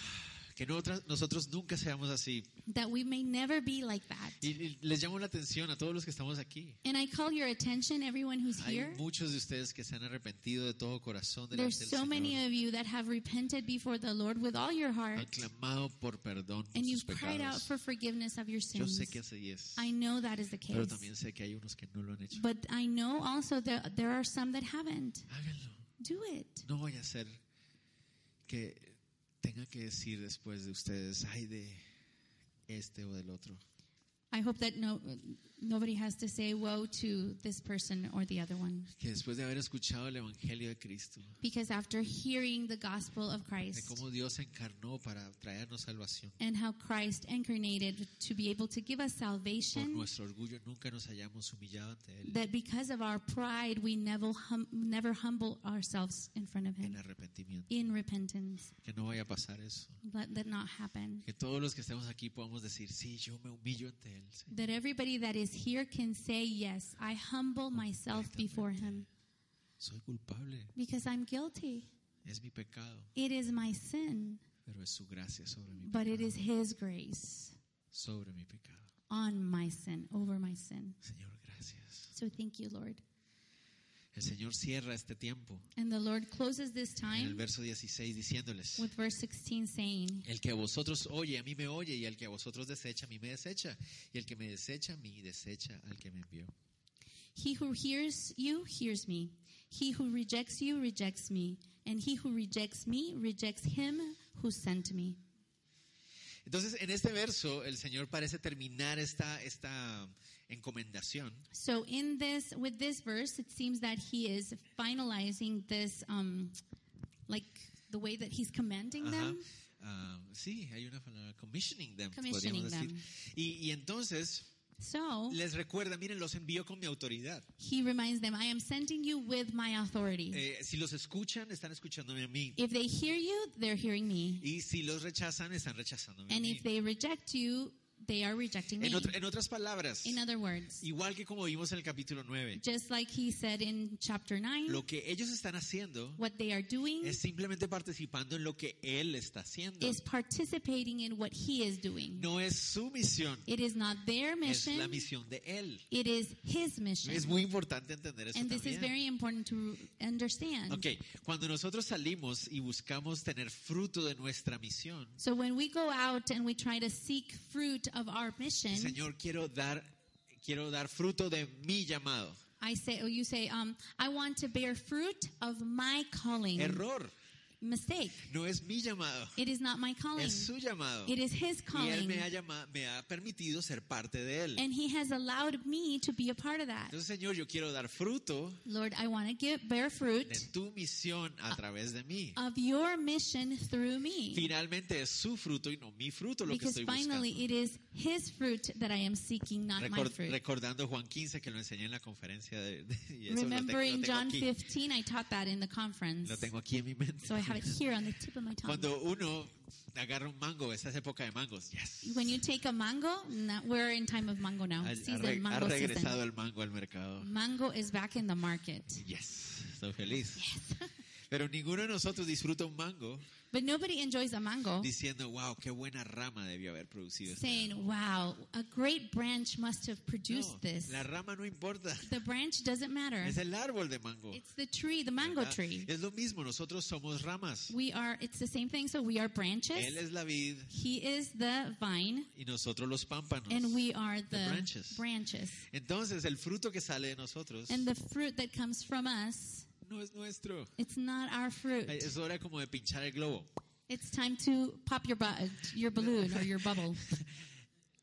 Que nosotras- nosotros nunca seamos así. that we may never be like that. Y, y les llamo la atención a todos los que estamos aquí. And I call your attention, everyone who's Hay here. muchos de ustedes que se han arrepentido de todo corazón delante del There's so Señor. many of you that have repented before the Lord with all your han heart, clamado por perdón por and sus you've cried out pecados. for forgiveness of your Yo sins. sé que así es, I know that is the pero case. también sé que hay unos que no lo han hecho. But I know also that there are some that haven't. Háganlo. Do it. No voy a hacer que tenga que decir después de ustedes, ay de este o del otro. I hope that no, nobody has to say woe to this person or the other one. Que después de haber escuchado el Evangelio de Cristo, Because after hearing the gospel of de Christ cómo Dios se encarnó para traernos salvación, and how Christ incarnated to be able to give us por salvation, nuestro orgullo nunca nos hayamos humillado ante Él that because of our pride, we never, hum, never humble ourselves in front of en Him arrepentimiento. in repentance. Que no vaya a pasar eso. Let that not happen. Que todos los que estemos aquí podamos decir, sí, yo me humillo ante Él. Señor". That everybody that is here can say, Yes, I humble myself before Him Soy culpable, because I'm guilty. es mi pecado, It is my sin, pero es su gracia sobre mi but it pecado. is His grace Sobre mi pecado. on my sin, over my sin. Señor, gracias. So thank you, Lord. El Señor cierra este tiempo And the Lord closes this en el time verso 16 diciéndoles, with verse 16 saying, el que a vosotros oye, a mí me oye, y el que a vosotros desecha, a mí me desecha, y el que me desecha, a mí desecha al que me envió. He who hears you hears me. He who rejects you rejects me. And he who rejects me rejects him who sent me. Entonces, en este verso, el Señor parece terminar esta, esta encomendación So in this, with this verse, it seems that he is finalizing this, um, like the way that he's commanding Ajá. them. Ah, sí, hay una palabra, commissioning them, Commissioning podríamos decir. them. Oh. Y, y entonces So les recuerda, miren, los envío con mi autoridad. he reminds them, I am sending you with my authority. Eh, si los escuchan, están escuchándome a mí. If they hear you, they're hearing me. Y si los rechazan, están rechazándome a And mí. if they reject you, they are rejecting me. En, otra- en otras palabras, In other words, igual que como vimos en el capítulo 9, just like he said in chapter 9, lo que ellos están haciendo what they are doing es simplemente participando en lo que Él está haciendo. is participating in what he is doing. No es su misión, It is not their es mission, la misión de Él. it is his mission. Es muy importante entender eso and this is también. very important to understand. Ok, cuando nosotros salimos y buscamos tener fruto de nuestra misión, So when we go out and we try to seek fruit of our mission, Señor, quiero dar, quiero dar fruto de mi llamado. I say, or you say, um, I want to bear fruit of my calling. Error, Mistake. no [LAUGHS] es mi llamado, It is not my calling. es su llamado. It is Y Él his calling. me ha, llama- me ha permitido ser parte de Él. And he has allowed me to be a part of that. Entonces, Señor, yo quiero dar fruto Lord, I want to give bear fruit de tu misión Ah. a través de mí. of your mission through me. Finalmente es su fruto y no mi fruto lo que Because estoy finally buscando. it is his fruit that I am seeking, not my Record- fruit. recordando Juan 15 que lo enseñé en la conferencia de, de- y eso lo tengo- lo Remembering tengo John aquí. 15, I taught that in the conference. Lo tengo aquí en mi mente. So I have it here on the tip of my tongue. Cuando uno agarra un mango, esta es época de mangos. Yes. When you take a mango, na- we're in time of mango now. Ha, ha re- Season, ha mango regresado season. el mango al mercado. Mango is back in the market. Yes. Estoy feliz. Pero ninguno de nosotros disfruta un mango But nobody enjoys a mango diciendo, wow, qué buena rama debió haber producido. este árbol". saying, wow, a great branch must have produced No, this. la rama no importa. The branch doesn't matter. Es el árbol de mango. It's the tree, the mango ¿verdad? tree. Es lo mismo, nosotros somos ramas. We are, it's the same thing. So we are Él branches. es la vid He is the vine y nosotros los pámpanos. and we are The the branches. branches. Entonces, el fruto que sale de nosotros And the fruit that comes from us, no es nuestro. it's not our fruit. Ay, Es hora como de pinchar el globo. [LAUGHS] It's time to pop your bu- your balloon or your bubble.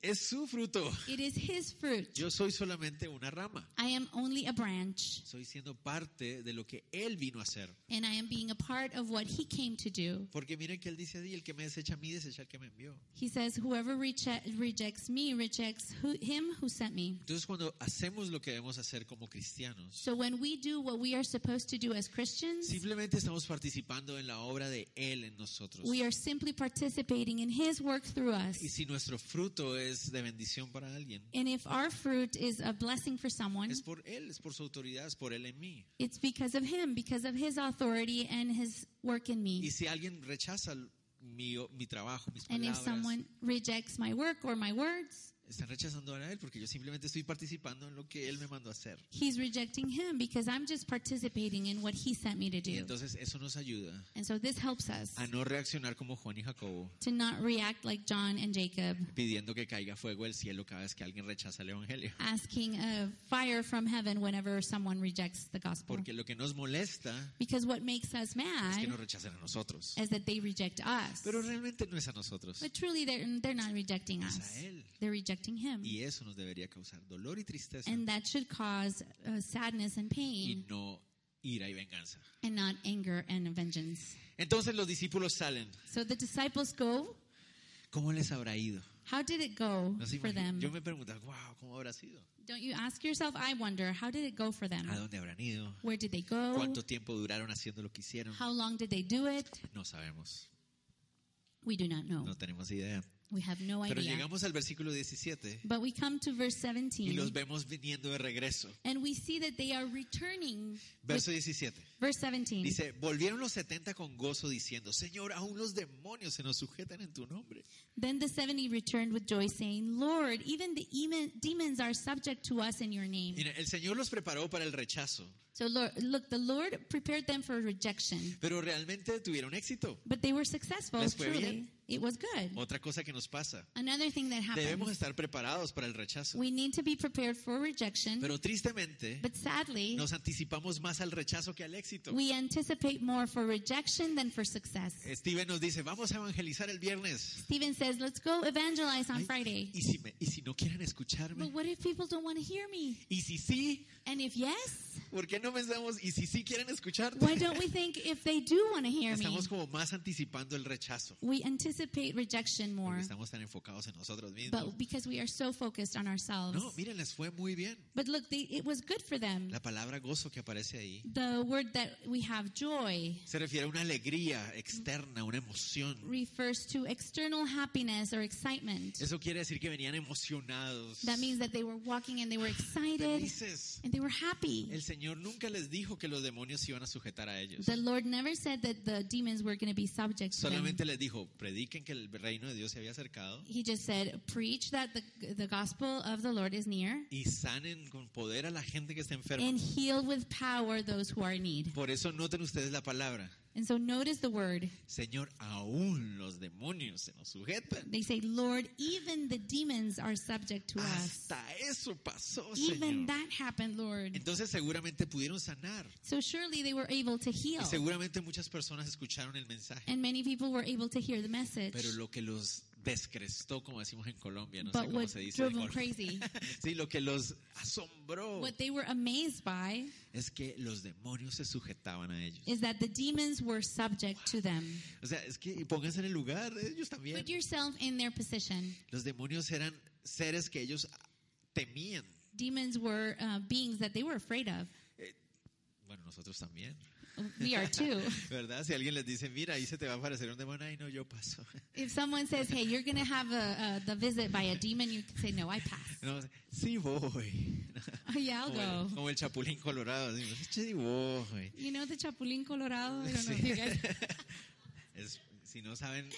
Es su fruto. It is his fruit. Yo soy solamente una rama. I am only a branch, Soy siendo parte de lo que Él vino a hacer. and I am being a part of what he came to do. Porque miren que Él dice ahí, el que me desecha a mí, desecha al que me envió. He says, Whoever reche- rejects me rejects who, him who sent me. Entonces cuando hacemos lo que debemos hacer como cristianos, So when we do what we are supposed to do as Christians, simplemente estamos participando en la obra de Él en nosotros. we are simply participating in his work through Y us. si nuestro fruto es de bendición para alguien, And if our fruit is a blessing for someone, es por Él, es por su autoridad, es por Él en mí. it's because of him, because of his authority and his work in Y me. si alguien rechaza mi, mi trabajo, mis And if palabras, someone rejects my work or my words, están rechazando a Él porque yo simplemente estoy participando en lo que Él me mandó a hacer. he's rejecting him because I'm just participating in what he sent me to Y do. entonces eso nos ayuda And so this helps us a no reaccionar como Juan y Jacobo, to not react like John and Jacob, pidiendo que caiga fuego del cielo cada vez que alguien rechaza el Evangelio. asking a fire from heaven whenever someone rejects the gospel. Porque lo que nos molesta Because what makes us es que mad nos rechacen a nosotros. is that they reject us. Pero realmente no es a nosotros. But truly, they're, they're not rejecting Es a us, él. they're rejecting him. Y eso nos debería causar dolor y tristeza And that should cause uh, sadness and y pain, no ira y venganza. and not anger and vengeance. Entonces los discípulos salen. So the disciples go. ¿Cómo les habrá ido? How did it go No se for imaginan. them? Yo me pregunto, wow, ¿cómo habrá sido? Don't you ask yourself? I wonder, how did it go for them? ¿A dónde habrán ido? Where did they go? ¿Cuánto tiempo duraron haciendo lo que hicieron? Oh. How long did they do it? No sabemos, We do not know. no tenemos idea. We have no Pero idea. llegamos al versículo 17 But we come to verse y los 17, vemos viniendo de regreso. and we see that they are returning. Verso Pues 17. Verse 17. Dice, volvieron los 70 con gozo diciendo, Señor, aún los demonios se nos sujetan en tu nombre. Then the 70 returned with joy, saying, Lord, even the even, demons are subject to us in your name. Mira, el Señor los preparó para el rechazo, So, Lord, look, the Lord prepared them for rejection, pero realmente tuvieron éxito. but they were successful, Les fue truly. bien. It was good. Otra cosa que nos pasa, Another thing that debemos happened estar preparados para el rechazo. we need to be prepared for rejection, Pero tristemente, but sadly, nos anticipamos más al rechazo que al éxito. we anticipate more for rejection than for success. Steven nos dice, vamos a evangelizar el viernes. Stephen says, Let's go evangelize on Ay, Friday. ¿Y si, me- y si no quieren escucharme? But what if people don't want to hear me? ¿Y si sí? And if yes, ¿Por qué no pensamos? ¿Y si sí quieren escucharte? [LAUGHS] why don't we think if they do want to hear me? Estamos como más anticipando el rechazo. We anticipate rejection porque more, estamos tan enfocados en nosotros mismos. but because we are so focused on ourselves. No, miren, les fue muy bien. But look, they, it was good for them. La palabra gozo que aparece ahí The word that we have joy se refiere a una alegría externa, una emoción. refers to external happiness or excitement. Eso quiere decir que venían emocionados, That means that they were walking and they were excited felices. and they were happy. El Señor nunca les dijo que los demonios se iban a sujetar a ellos. The Lord never said that the demons were going to be subject to them. Solamente les dijo, prediquen que el reino de Dios se había acercado He just said, Preach that the, the gospel of the Lord is near y sanen con poder a la gente que está enferma. and heal with power those who are in need. Por eso noten ustedes la palabra. And so notice the word. Señor, aún los demonios se nos sujetan. They say, Lord, even the demons are subject to us. Hasta eso pasó, Ah, Even oh, Señor. that happened, Lord. Entonces seguramente pudieron sanar. So surely they were able to heal. Y seguramente muchas personas escucharon el mensaje. And many people were able to hear the message. Pero lo que los descrestó, como decimos en Colombia, no sé But cómo what se dice. drove en them Colombia. [LAUGHS] crazy, Sí, lo que los asombró what they were amazed by, es que los demonios se sujetaban a ellos. is that the demons were subject to them. O sea, es que y pónganse en el lugar, de ellos también. Put yourself in their position. Los demonios eran seres que ellos temían. Demons were uh, beings that they were afraid of. Bueno, nosotros también, We are too. [LAUGHS] ¿verdad? Si alguien les dice, mira, ahí se te va a aparecer un demonio, ay, no, yo paso. [LAUGHS] If someone says, "Hey, you're going to have a, a the visit by a demon," you can say, "No, [LAUGHS] I pass." No, sí voy. Oh, yeah, I'll Como el, go. como el chapulín colorado. pues, decimos, "Sí voy". You know the Chapulín Colorado? [LAUGHS] I don't know if Sí. you guys. Es- si no saben,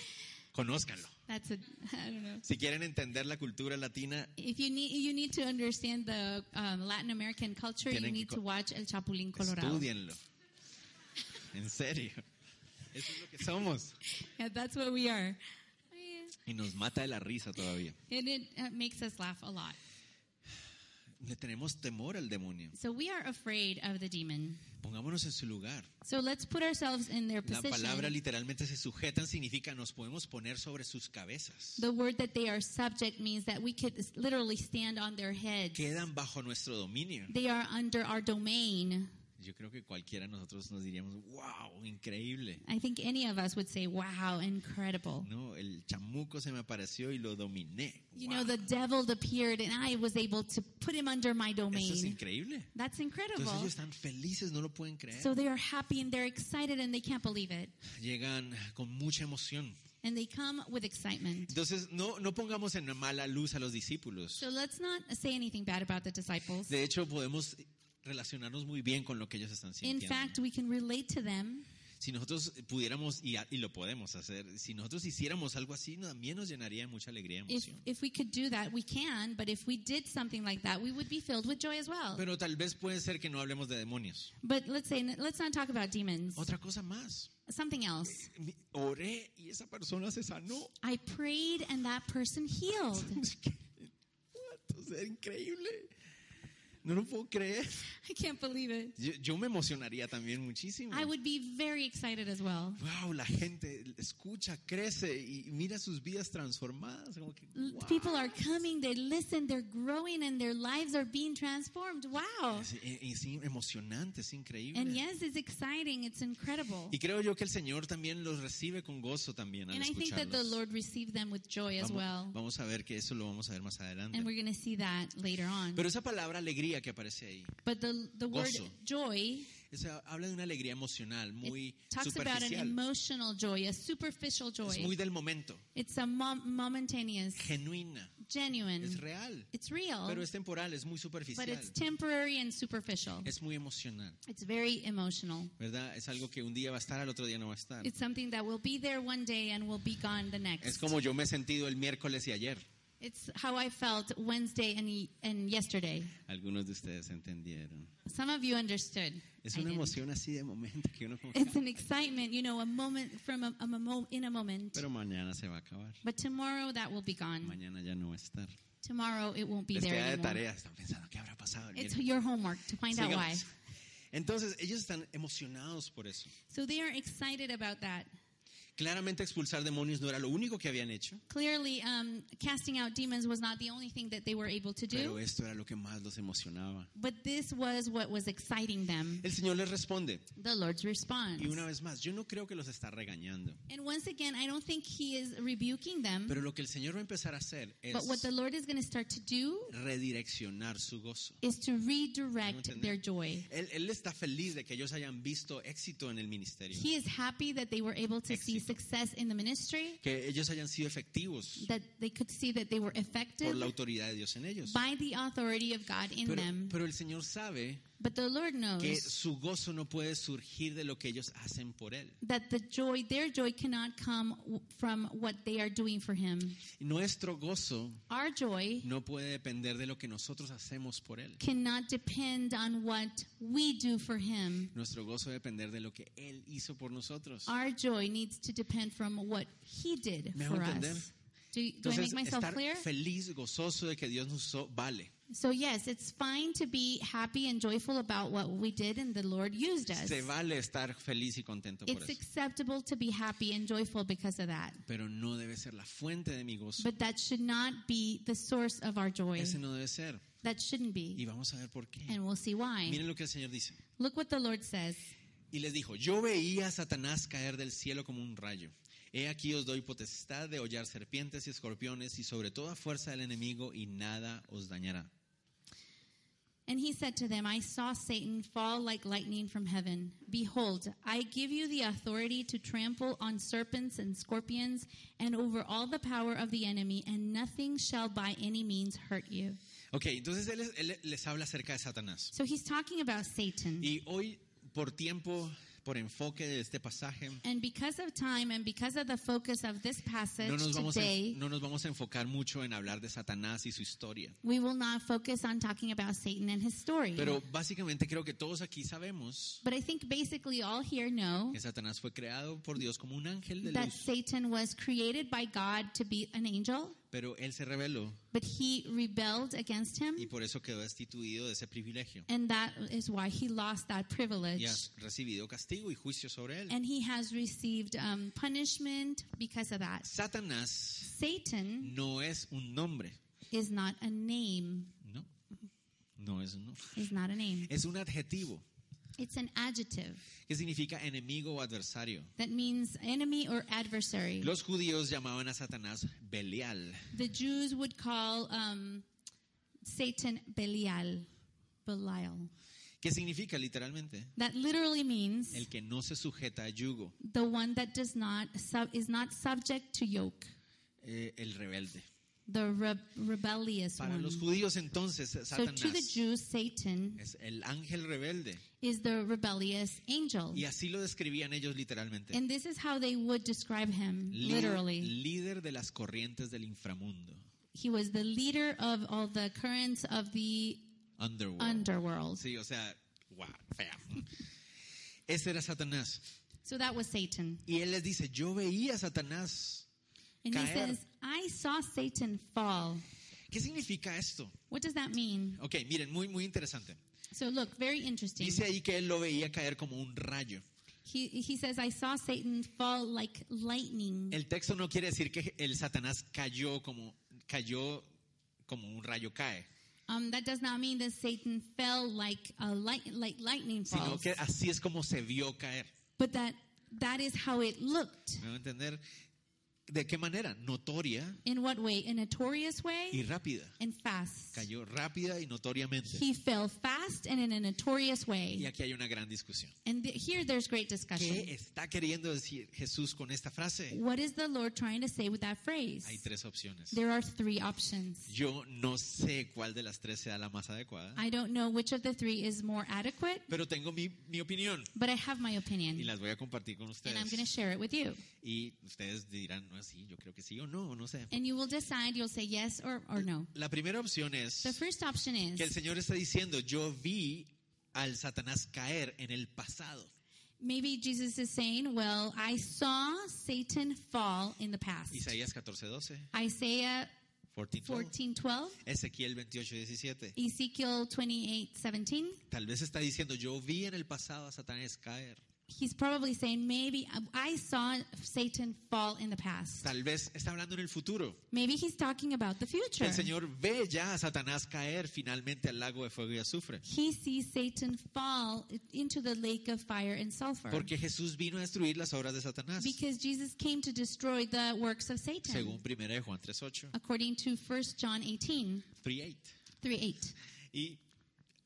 conózcanlo. That's a. [LAUGHS] I don't know. Si quieren entender la cultura latina, If you need, you need to understand the um, Latin American culture. Tienen You que need co- to watch El Chapulín Colorado. estudienlo. En serio. Eso es lo que somos. Yeah, that's what we are, Y nos mata de la risa todavía. and it uh, makes us laugh a lot. Le tenemos temor al demonio. So we are afraid of the demon. Pongámonos en su lugar. So let's put ourselves in their La palabra position. literalmente se sujetan significa nos podemos poner sobre sus cabezas. The word that they are subject means that we could s- literally stand on their heads. Quedan bajo nuestro dominio. They are under our domain. Yo creo que cualquiera de nosotros nos diríamos, wow, increíble. I think any of us would say, wow, incredible. No, el chamuco se me apareció y lo dominé. You Wow, know, the devil appeared and I was able to put him under my Eso es domain. increíble. That's Entonces incredible. ellos están felices, no lo pueden creer. So they are happy and they're excited and they can't believe it. Llegan con mucha emoción. And they come with excitement. Entonces no, no pongamos en mala luz a los discípulos. So let's not say anything bad about the disciples. De hecho, podemos relacionarnos muy bien con lo que ellos están In sintiendo. fact, we can relate to them. si nosotros pudiéramos, y, a- y lo podemos hacer, si nosotros hiciéramos algo así, no- también nos llenaría de mucha alegría y If, emoción. if we could do that, we can. But if we did something like that, we would be filled with joy as well. Pero tal vez puede ser que no hablemos de demonios. But let's say, let's not talk about demons. Otra cosa más. Something else. Mi- Oré y esa persona se sanó. I prayed and that person healed. [LAUGHS] Es que- what? O sea, increíble. No lo puedo creer. I can't believe it. Yo, yo me emocionaría también muchísimo. I would be very excited as well. Wow, la gente escucha, crece y mira sus vidas transformadas. Como que, L- wow. People are coming, they listen, they're growing, and their lives are being transformed. Wow. Es, es emocionante, es increíble. And yes, it's exciting, it's incredible. Y creo yo que el Señor también los recibe con gozo también al And I think that the escucharlos. Lord received them with joy as Vamos, well. vamos a ver que eso lo vamos a ver más adelante. And we're going to see that later on. Pero esa palabra alegría que aparece ahí, But the, the word Gozo. joy esa- habla de una alegría emocional it muy talks about an superficial. emotional joy, a superficial Es joy. muy del momento, It's a mom- momentaneous, genuina, es genuine, real, it's real, pero es temporal, es muy but superficial, it's temporary and superficial. es muy emocional, It's very emotional. ¿verdad? Es algo que un día va a estar, al otro día no va a estar. It's something that will be there one day and will be gone the Es next. como yo me he sentido el miércoles y ayer. It's how I felt Wednesday and, y- and yesterday. Algunos de ustedes entendieron. Some of you understood. Es I una didn't. emoción así de momento que uno como, It's an excitement, you know, a moment from a, a mo- in a moment. pero mañana se va a acabar. But tomorrow that will be gone. Mañana ya no va a estar. Tomorrow it won't Mm. be Les there queda de anymore. tarea, están pensando qué habrá pasado. el It's miércoles? your homework to find out why. Sigamos. Entonces, ellos están emocionados por eso. So they are excited about that. Claramente expulsar demonios no era lo único que habían hecho, Clearly, um, casting out demons was not the only thing that they were able to pero do, esto era lo que más los emocionaba. but this was what was exciting them. El Señor les responde, The Lord's response. y una vez más, yo no creo que los está regañando, And once again, I don't think he is rebuking them, pero lo que el Señor va a empezar a hacer es but what the Lord is going to start to do redireccionar su gozo. is to redirect their joy. Él, él está feliz de que ellos hayan visto éxito en el ministerio, He is happy that they were able to see Éxito. success in the ministry, que ellos hayan sido efectivos that they could see that they were por la effective autoridad de Dios en ellos. by the authority of God in Pero, them. pero el Señor sabe But the Lord que knows su gozo no puede surgir de lo que ellos hacen por Él. that the joy, their joy, cannot come w- from what they are doing for Him. Nuestro gozo Our joy no puede depender de lo que nosotros hacemos por Él. cannot depend on what we do for Him. Nuestro gozo debe depender de lo que Él hizo por nosotros. Our joy needs to depend from what He did ¿Me hago for entender? us. Do, do I Entonces, make myself estar clear? feliz, gozoso de que Dios nos usó, vale. So, yes, it's fine to be happy and joyful about what we did and the Lord used us. Se vale estar feliz y contento por It's eso. acceptable to be happy and joyful because of that. Pero no debe ser la fuente de mi gozo. But that should not be the source of our joy. Ese no debe ser. That shouldn't Y be. vamos a ver por qué. And we'll see why. Miren lo que el Señor dice. Look what the Lord says. Y les dijo, yo veía a Satanás caer del cielo como un rayo. He aquí os doy potestad de hollar serpientes y escorpiones y sobre toda fuerza del enemigo y nada os dañará. And he said to them, I saw Satan fall like lightning from heaven. Behold, I give you the authority to trample on serpents and scorpions and over all the power of the enemy, and nothing shall by any means hurt you. Ok, entonces él, es- él les habla acerca de Satanás. So he's talking about Satan. Y hoy, por tiempo, por enfoque de este pasaje, And because of time and because of the focus of this passage no nos, vamos a, today, no nos vamos a enfocar mucho en hablar de Satanás y su historia. we will not focus on talking about Satan and his story. Pero básicamente creo que todos aquí sabemos but I think basically all here know que Satanás fue creado por Dios como un ángel de that luz, Satan was created by God to be an angel, Pero él se rebeló But he rebelled against him, y por eso quedó destituido de ese privilegio. and that is why he lost that privilege. Y ha recibido castigo y juicio sobre él. And he has received um, punishment because of that. Satanás Satan no es un nombre, is not a name, no. No es un nombre. is not a name. Es un adjetivo It's an adjective que significa enemigo o adversario. that means enemy or adversary. Los judíos llamaban a Satanás Belial. The Jews would call um, Satan Belial, Belial. ¿Qué significa literalmente? That literally means El que no se sujeta a yugo, the one that does not sub, is not subject to yoke, eh, el rebelde. the re- rebellious Para one. los judíos entonces, So to the Satanás Jews, Satan es el ángel rebelde. is the rebellious angel, Y así lo describían ellos literalmente. and this is how they would describe him Líder- literally. Líder de las corrientes del inframundo. He was the leader of all the currents of the Underworld. underworld. Sí, o sea, guau, fea. [LAUGHS] Ese era Satanás. So that was Satan, Y él les dice, yo veía a Satanás. and he Caer. says, "I saw Satan fall." ¿Qué significa esto? What does that mean? Ok, miren, muy, muy interesante. So look, very interesting. Dice ahí que él lo veía caer como un rayo. He, he says, I saw Satan fall like lightning. El texto no quiere decir que el Satanás cayó como, cayó como un rayo cae, Um, that does not mean that Satan fell like a light, like lightning sino falls, que así es como se vio caer. but that that is how it looked. ¿Me va a entender? ¿De qué manera? Notoria In what way? In a notorious y way rápida. and fast. Cayó rápida y notoriamente. He fell fast and in a notorious Y way. aquí hay una gran discusión. And th- here there's great ¿Qué discussion. está queriendo decir Jesús con esta frase? What is the Lord trying to say with that Hay phrase? tres opciones. There are three options. Yo no sé cuál de las tres sea la más adecuada, I don't know which of the three is more adequate, pero tengo mi, mi opinión but I have my y opinion las voy a compartir con and I'm going to ustedes. share it with you. Y ustedes dirán, no es así, yo creo que sí o no, no sé. And you will decide, you'll say yes or, or no. La primera opción es The first option que el is Señor está diciendo, yo vi al Satanás caer en el pasado. maybe Jesus is saying, Well, I saw Satan fall in the past. Isaías 14, 12, Isaiah 14, 12, 14 12, Ezequiel 28, 17. Ezekiel 28 17. Tal vez está diciendo, yo vi en el pasado a Satanás caer. He's probably saying, Maybe um, I saw Satan fall in the past. Tal vez está hablando en el futuro. Maybe he's talking about the Que future. el Señor ve ya a Satanás caer finalmente al lago de fuego y azufre. He sees Satan fall into the lake of fire and sulfur. Porque Jesús vino a destruir las obras de Satanás. Because Jesus came to destroy the works of Satan, Según 1 de Juan 3.8. according to 1 John 18. 3.8. 3 8. Y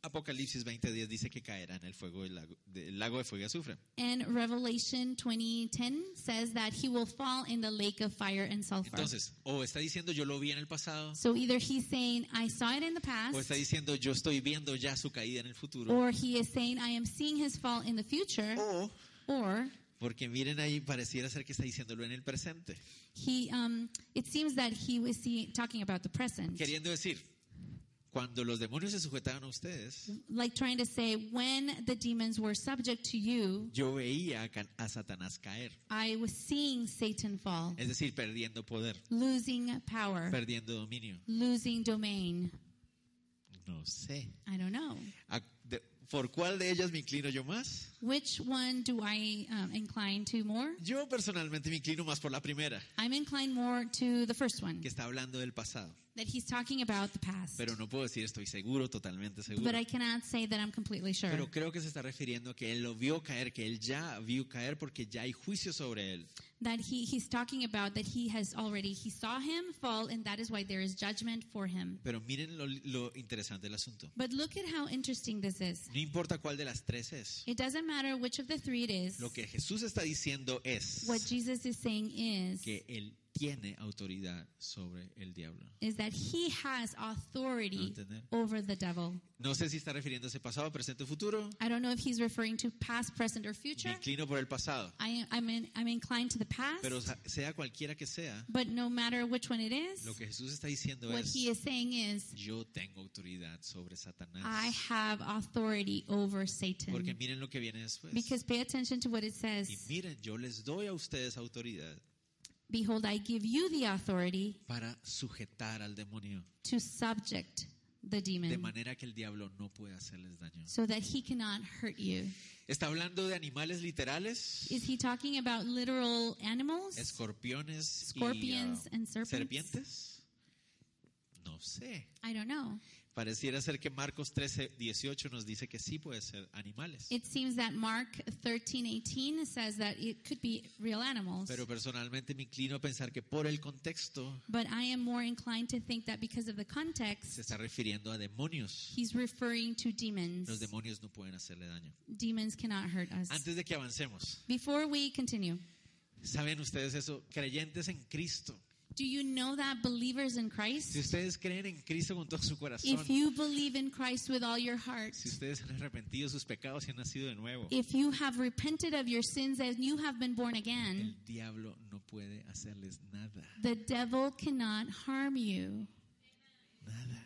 Apocalipsis 20.10 dice que caerá en el fuego del lago, del lago de fuego y azufre. And Revelation 20:10 says that he will fall in the lake of fire and sulfur. Entonces, o está diciendo yo lo vi en el pasado, so either he's saying I saw it in the o past está diciendo yo estoy viendo ya su caída en el futuro. or he is saying I am seeing his fall in the future O, or porque miren ahí, pareciera ser que está diciéndolo en el presente. he um, it seems that he was see, talking about the present Queriendo decir, cuando los demonios se sujetaban a ustedes, like trying to say when the demons were subject to you yo veía a Can- a Satanás caer. I was seeing Satan fall Es decir, perdiendo poder, losing power perdiendo dominio. losing domain No sé. I don't know ¿A- de- ¿Por cuál de ellas me inclino yo más? which one do I um, incline to more Yo personalmente me inclino más por la primera, I'm inclined more to the first one que está hablando del pasado. that he's talking about the past. Pero no puedo decir estoy seguro, totalmente seguro. but I cannot say that I'm completely sure. Pero creo que se está refiriendo a que él lo vio caer, que él ya vio caer porque ya hay juicio sobre él. that he, he's talking about that he has already he saw him fall and that is why there is judgment for him. Pero miren lo, lo interesante del asunto. But look at how interesting this is. No importa cuál de las tres es. It doesn't matter which of the three it is. Lo que Jesús está diciendo es What Jesus is saying is que él tiene autoridad sobre el diablo. is that he has ¿Me authority va a entender? over the devil. No sé si está refiriéndose pasado, presente o futuro. I don't know if he's referring to past, present, or Me future. inclino por el pasado. I, I'm, in, I'm inclined to the past, Pero sa- sea cualquiera que sea, but no matter which one it is, lo que Jesús está diciendo what es, he is saying is yo tengo autoridad sobre I Satanás. have authority over Porque Satan. miren lo que viene después. Because pay attention to what it Y says. miren, yo les doy a ustedes autoridad Behold, I give you the authority para sujetar al demonio, to subject the de demon manera que el diablo no puede hacerles daño. so that he cannot hurt you. ¿Está hablando de animales literales? Is he talking about literal animals? ¿Escorpiones y Scorpions ah, and serpents. serpientes? No sé. I don't know. Pareciera ser que Marcos 13, 18 nos dice que sí puede ser animales. It seems that Mark 13:18 says that it could be real animals. Pero personalmente me inclino a pensar que por el contexto But I am more inclined to think that because of the se context, está refiriendo a demonios. he's referring to Los demons. demonios no pueden hacerle daño. Demons cannot hurt us. Antes de que avancemos, Before we continue, ¿saben ustedes eso? Creyentes en Cristo. do you know that believers in Si Christ, ustedes creen en Cristo con todo su corazón, if you believe in Christ with all your heart, si ustedes han arrepentido de sus pecados y han nacido de nuevo, if you have repented of your sins and you have been born again, el diablo no puede hacerles nada. the devil cannot harm you. Nada.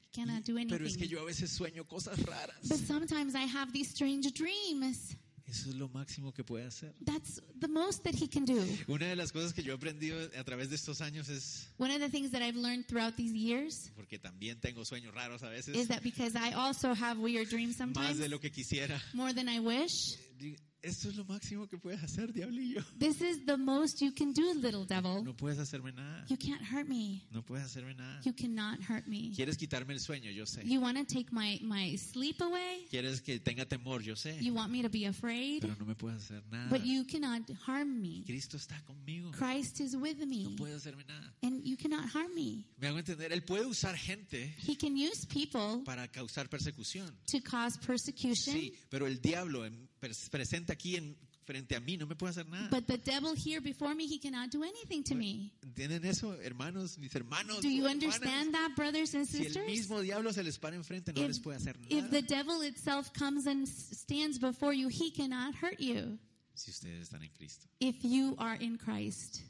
He cannot do Pero es que anything. yo a veces sueño cosas raras. But sometimes I have these strange dreams. Eso es lo máximo que puede hacer. That's the most that he can do. Una de las cosas que yo he aprendido a través de estos años es, One of the things that I've learned throughout these years porque también tengo sueños raros a is veces, that because I also have weird dreams más sometimes, de lo que quisiera. more than I wish, Digo, Esto es lo máximo que puedes hacer, diablillo. this is the most you can do, little devil. No puedes hacerme nada. You can't hurt me. No puedes hacerme nada. You cannot hurt me. Quieres quitarme el sueño, yo sé. You want to take my, my sleep away? Quieres que tenga temor, yo sé. You want me to be afraid? Pero no me puedes hacer nada. But you cannot harm me. Cristo está conmigo. Christ is with No me, puede hacerme nada. and you cannot harm me. Me hago entender, Él puede usar gente He can use people para causar persecución. to cause persecution, Sí, pero el diablo en- pres- presente aquí en, frente a mí no me puede hacer nada. but the devil here before me, he cannot do anything to me. ¿Entienden eso, hermanos? Mis hermanos. Do you hermanas? understand that, brothers and Si el sisters? mismo diablo se les para enfrente, no les puede hacer if the nada. devil itself comes and s- stands before you, he cannot hurt you Si ustedes están en Cristo. if you are in Christ.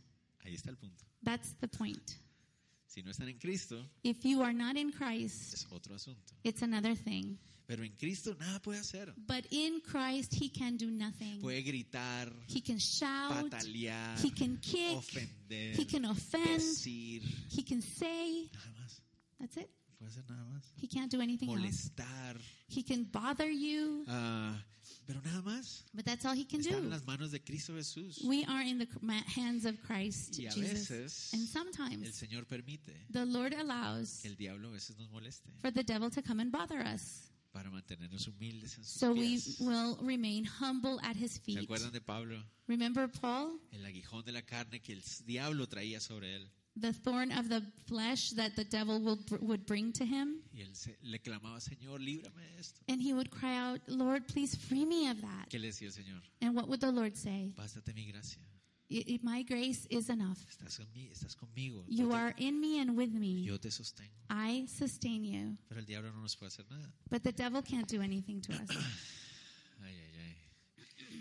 Ahí está el punto. That's the point. Si no están en Cristo, If you are not in Christ, es otro asunto. it's another thing. Pero en Cristo nada puede hacer. But in Christ, he can do nothing. Puede gritar, He can shout, patalear, he can kick, ofender, he can offend, decir, he can say. nada más. That's it. No puede hacer nada más. He can't do anything else. Molestar, He can bother you, ah, pero nada más. but that's all he can Está en do. las manos de Cristo Jesús. We are in the ma- hands of Christ Y a Jesus. veces, And El sometimes Señor permite the Lord allows que el diablo a veces nos moleste for the devil to come and bother us. para mantenernos humildes en sus So we pies. will remain humble at his ¿Se feet. acuerdan de Pablo? Remember Paul? El aguijón de la carne que el diablo traía sobre él. The thorn of the flesh that the devil will, would bring to him. Y él se- le clamaba, Señor, líbrame de esto. And he would cry out, Lord, please free me of that. ¿Qué le decía el Señor? And what would the Lord say? Bástate mi gracia. "I- I- My grace is enough. Estás, en mí, estás conmigo. You yo, are in me and with te, me. yo te sostengo. I sustain you. Pero el diablo no nos puede hacer nada. But the devil can't do anything to us. Ay, ay, ay.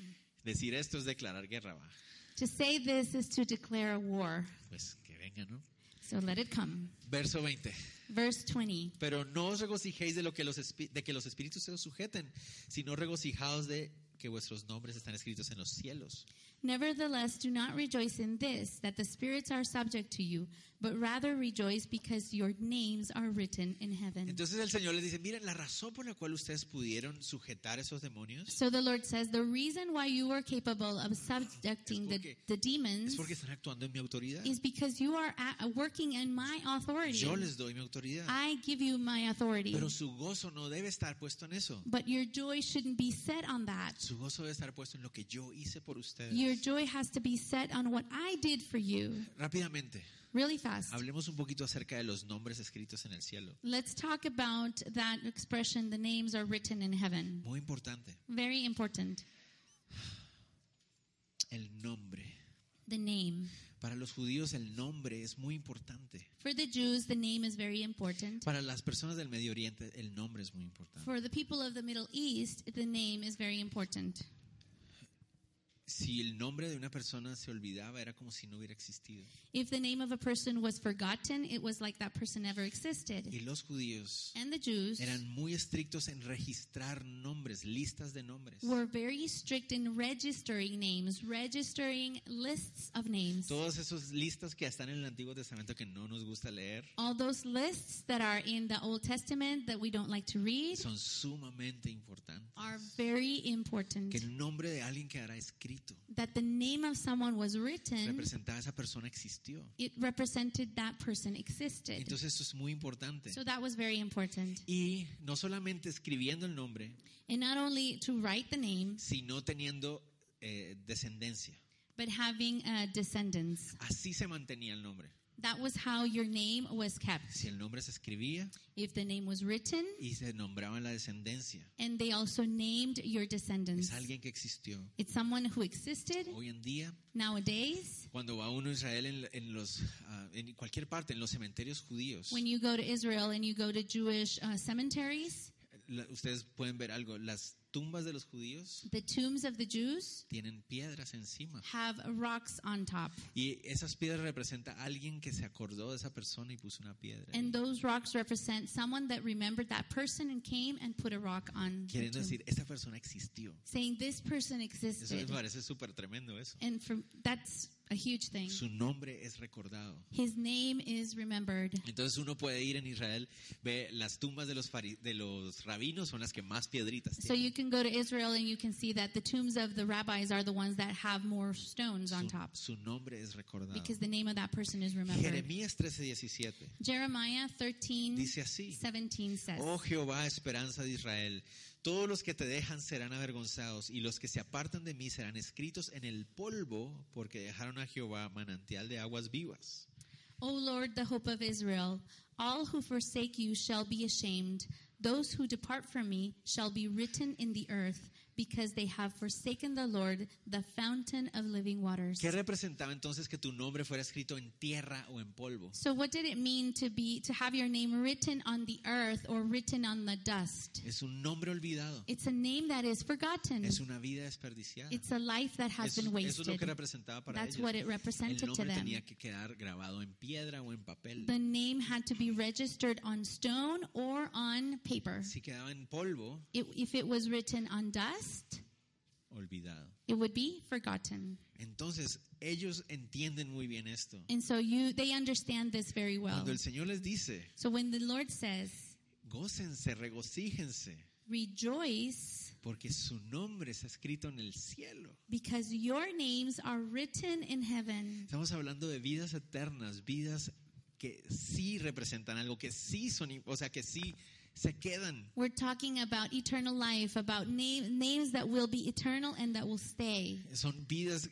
Decir esto es declarar guerra. va. To say this is to declare a war. Pues que venga, ¿no? So let it come. Verso 20. Verse 20. Pero no os regocijéis de, lo que los espi- de que los espíritus se os sujeten, sino regocijaos de que vuestros nombres están escritos en los cielos. Nevertheless, do not rejoice in this, that the spirits are subject to you, but rather rejoice because your names are written in heaven. Entonces el Señor les dice, miren, la razón por la cual ustedes pudieron sujetar esos demonios So the Lord says, the reason why you were capable of subjecting Es the, porque- the es demons porque están actuando en mi autoridad. is because you are at, working in my authority. Yo les doy mi autoridad. I give you my authority. Pero su gozo no debe estar puesto en eso. But your joy shouldn't be set on that. Su gozo debe estar puesto en lo que yo hice por ustedes. Your joy has to be set on what I did for you. Rápidamente, Really fast. hablemos un poquito acerca de los nombres escritos en el cielo. Let's talk about that expression, the names are written in heaven. Muy importante, Very important. el nombre. The name. Para los judíos el nombre es muy importante. For the Jews, the name is very important. Para las personas del Medio Oriente el nombre es muy importante. For the people of the Middle East, the name is very important. si el nombre de una persona se olvidaba, era como si no hubiera existido. If the name of a person was forgotten, it was like that person never existed. Y los judíos And the Jews eran muy estrictos en registrar nombres, listas de nombres. were very strict in registering names, registering lists of names. Todas esas listas que están en el Antiguo Testamento que no nos gusta leer All those lists that are in the Old Testament that we don't like to read son sumamente importantes. are very important. Que el nombre de alguien quedará escrito, That the name of someone was written, representada a esa persona existió. it represented that person existed. Entonces esto es muy importante. So that was very important. Y no solamente escribiendo el nombre, And not only to write the name, sino teniendo eh, descendencia. but having uh, descendants. Así se mantenía el nombre. That was how your name was kept. Si el nombre se escribía If the name was written, y se nombraba la descendencia, and they also named your es descendants. alguien que existió. It's someone who existed Hoy en día, nowadays. cuando va uno a Israel en, en los, ah, en cualquier parte, en los cementerios judíos, When you go to Israel and you go to Jewish uh, cemeteries, la- ustedes pueden ver algo. Las tumbas de los judíos the tombs of the Jews tienen piedras encima. have rocks on top. Y esas piedras representan a alguien que se acordó de esa persona y puso una piedra. ahí. And those rocks represent someone that remembered that person and came and put a rock on the Queriendo tomb, decir, esta persona existió. saying this person Eso me existed. parece súper tremendo eso. And for, that's a huge thing. Su nombre es recordado. His name is remembered. Entonces uno puede ir en Israel, ve las tumbas de los, fari- de los rabinos son las que más piedritas So tienen. you can go to Israel and you can see that the tombs of the rabbis are the ones that have more stones on top Su, su nombre es recordado. because the name of that person is remembered. Jeremías 13:17 Jeremiah 13, dice así. 17 says, Oh Jehová, esperanza de Israel, todos los que te dejan serán avergonzados y los que se apartan de mí serán escritos en el polvo porque dejaron a Jehová manantial de aguas vivas. O Lord, the hope of Israel, all who forsake you shall be ashamed. Those who depart from me shall be written in the earth, because they have forsaken the Lord, the fountain of living waters. ¿Qué representaba entonces que tu nombre fuera escrito en tierra o en polvo? So what did it mean to be to have your name written on the earth or written on the dust? Es un nombre olvidado, It's a name that is forgotten. es una vida desperdiciada. It's a life that has Eso, been eso es lo que wasted. representaba para That's ellos. what it represented El to nombre them. tenía que quedar grabado en piedra o en papel. The name had to be registered on stone or on paper. Si quedaba en polvo, It, if it was written on dust, olvidado. it would be forgotten. Entonces, ellos entienden muy bien esto. And so you they understand this very well. Cuando el Señor les dice, So when the Lord says, gócense, regocíjense, "Rejoice porque su nombre está escrito en el cielo. because your names are written in heaven." Estamos hablando de vidas eternas, vidas que sí representan algo, que sí son, o sea, que sí se quedan. We're talking about eternal life, about name, names that will be eternal and that will stay. Son vidas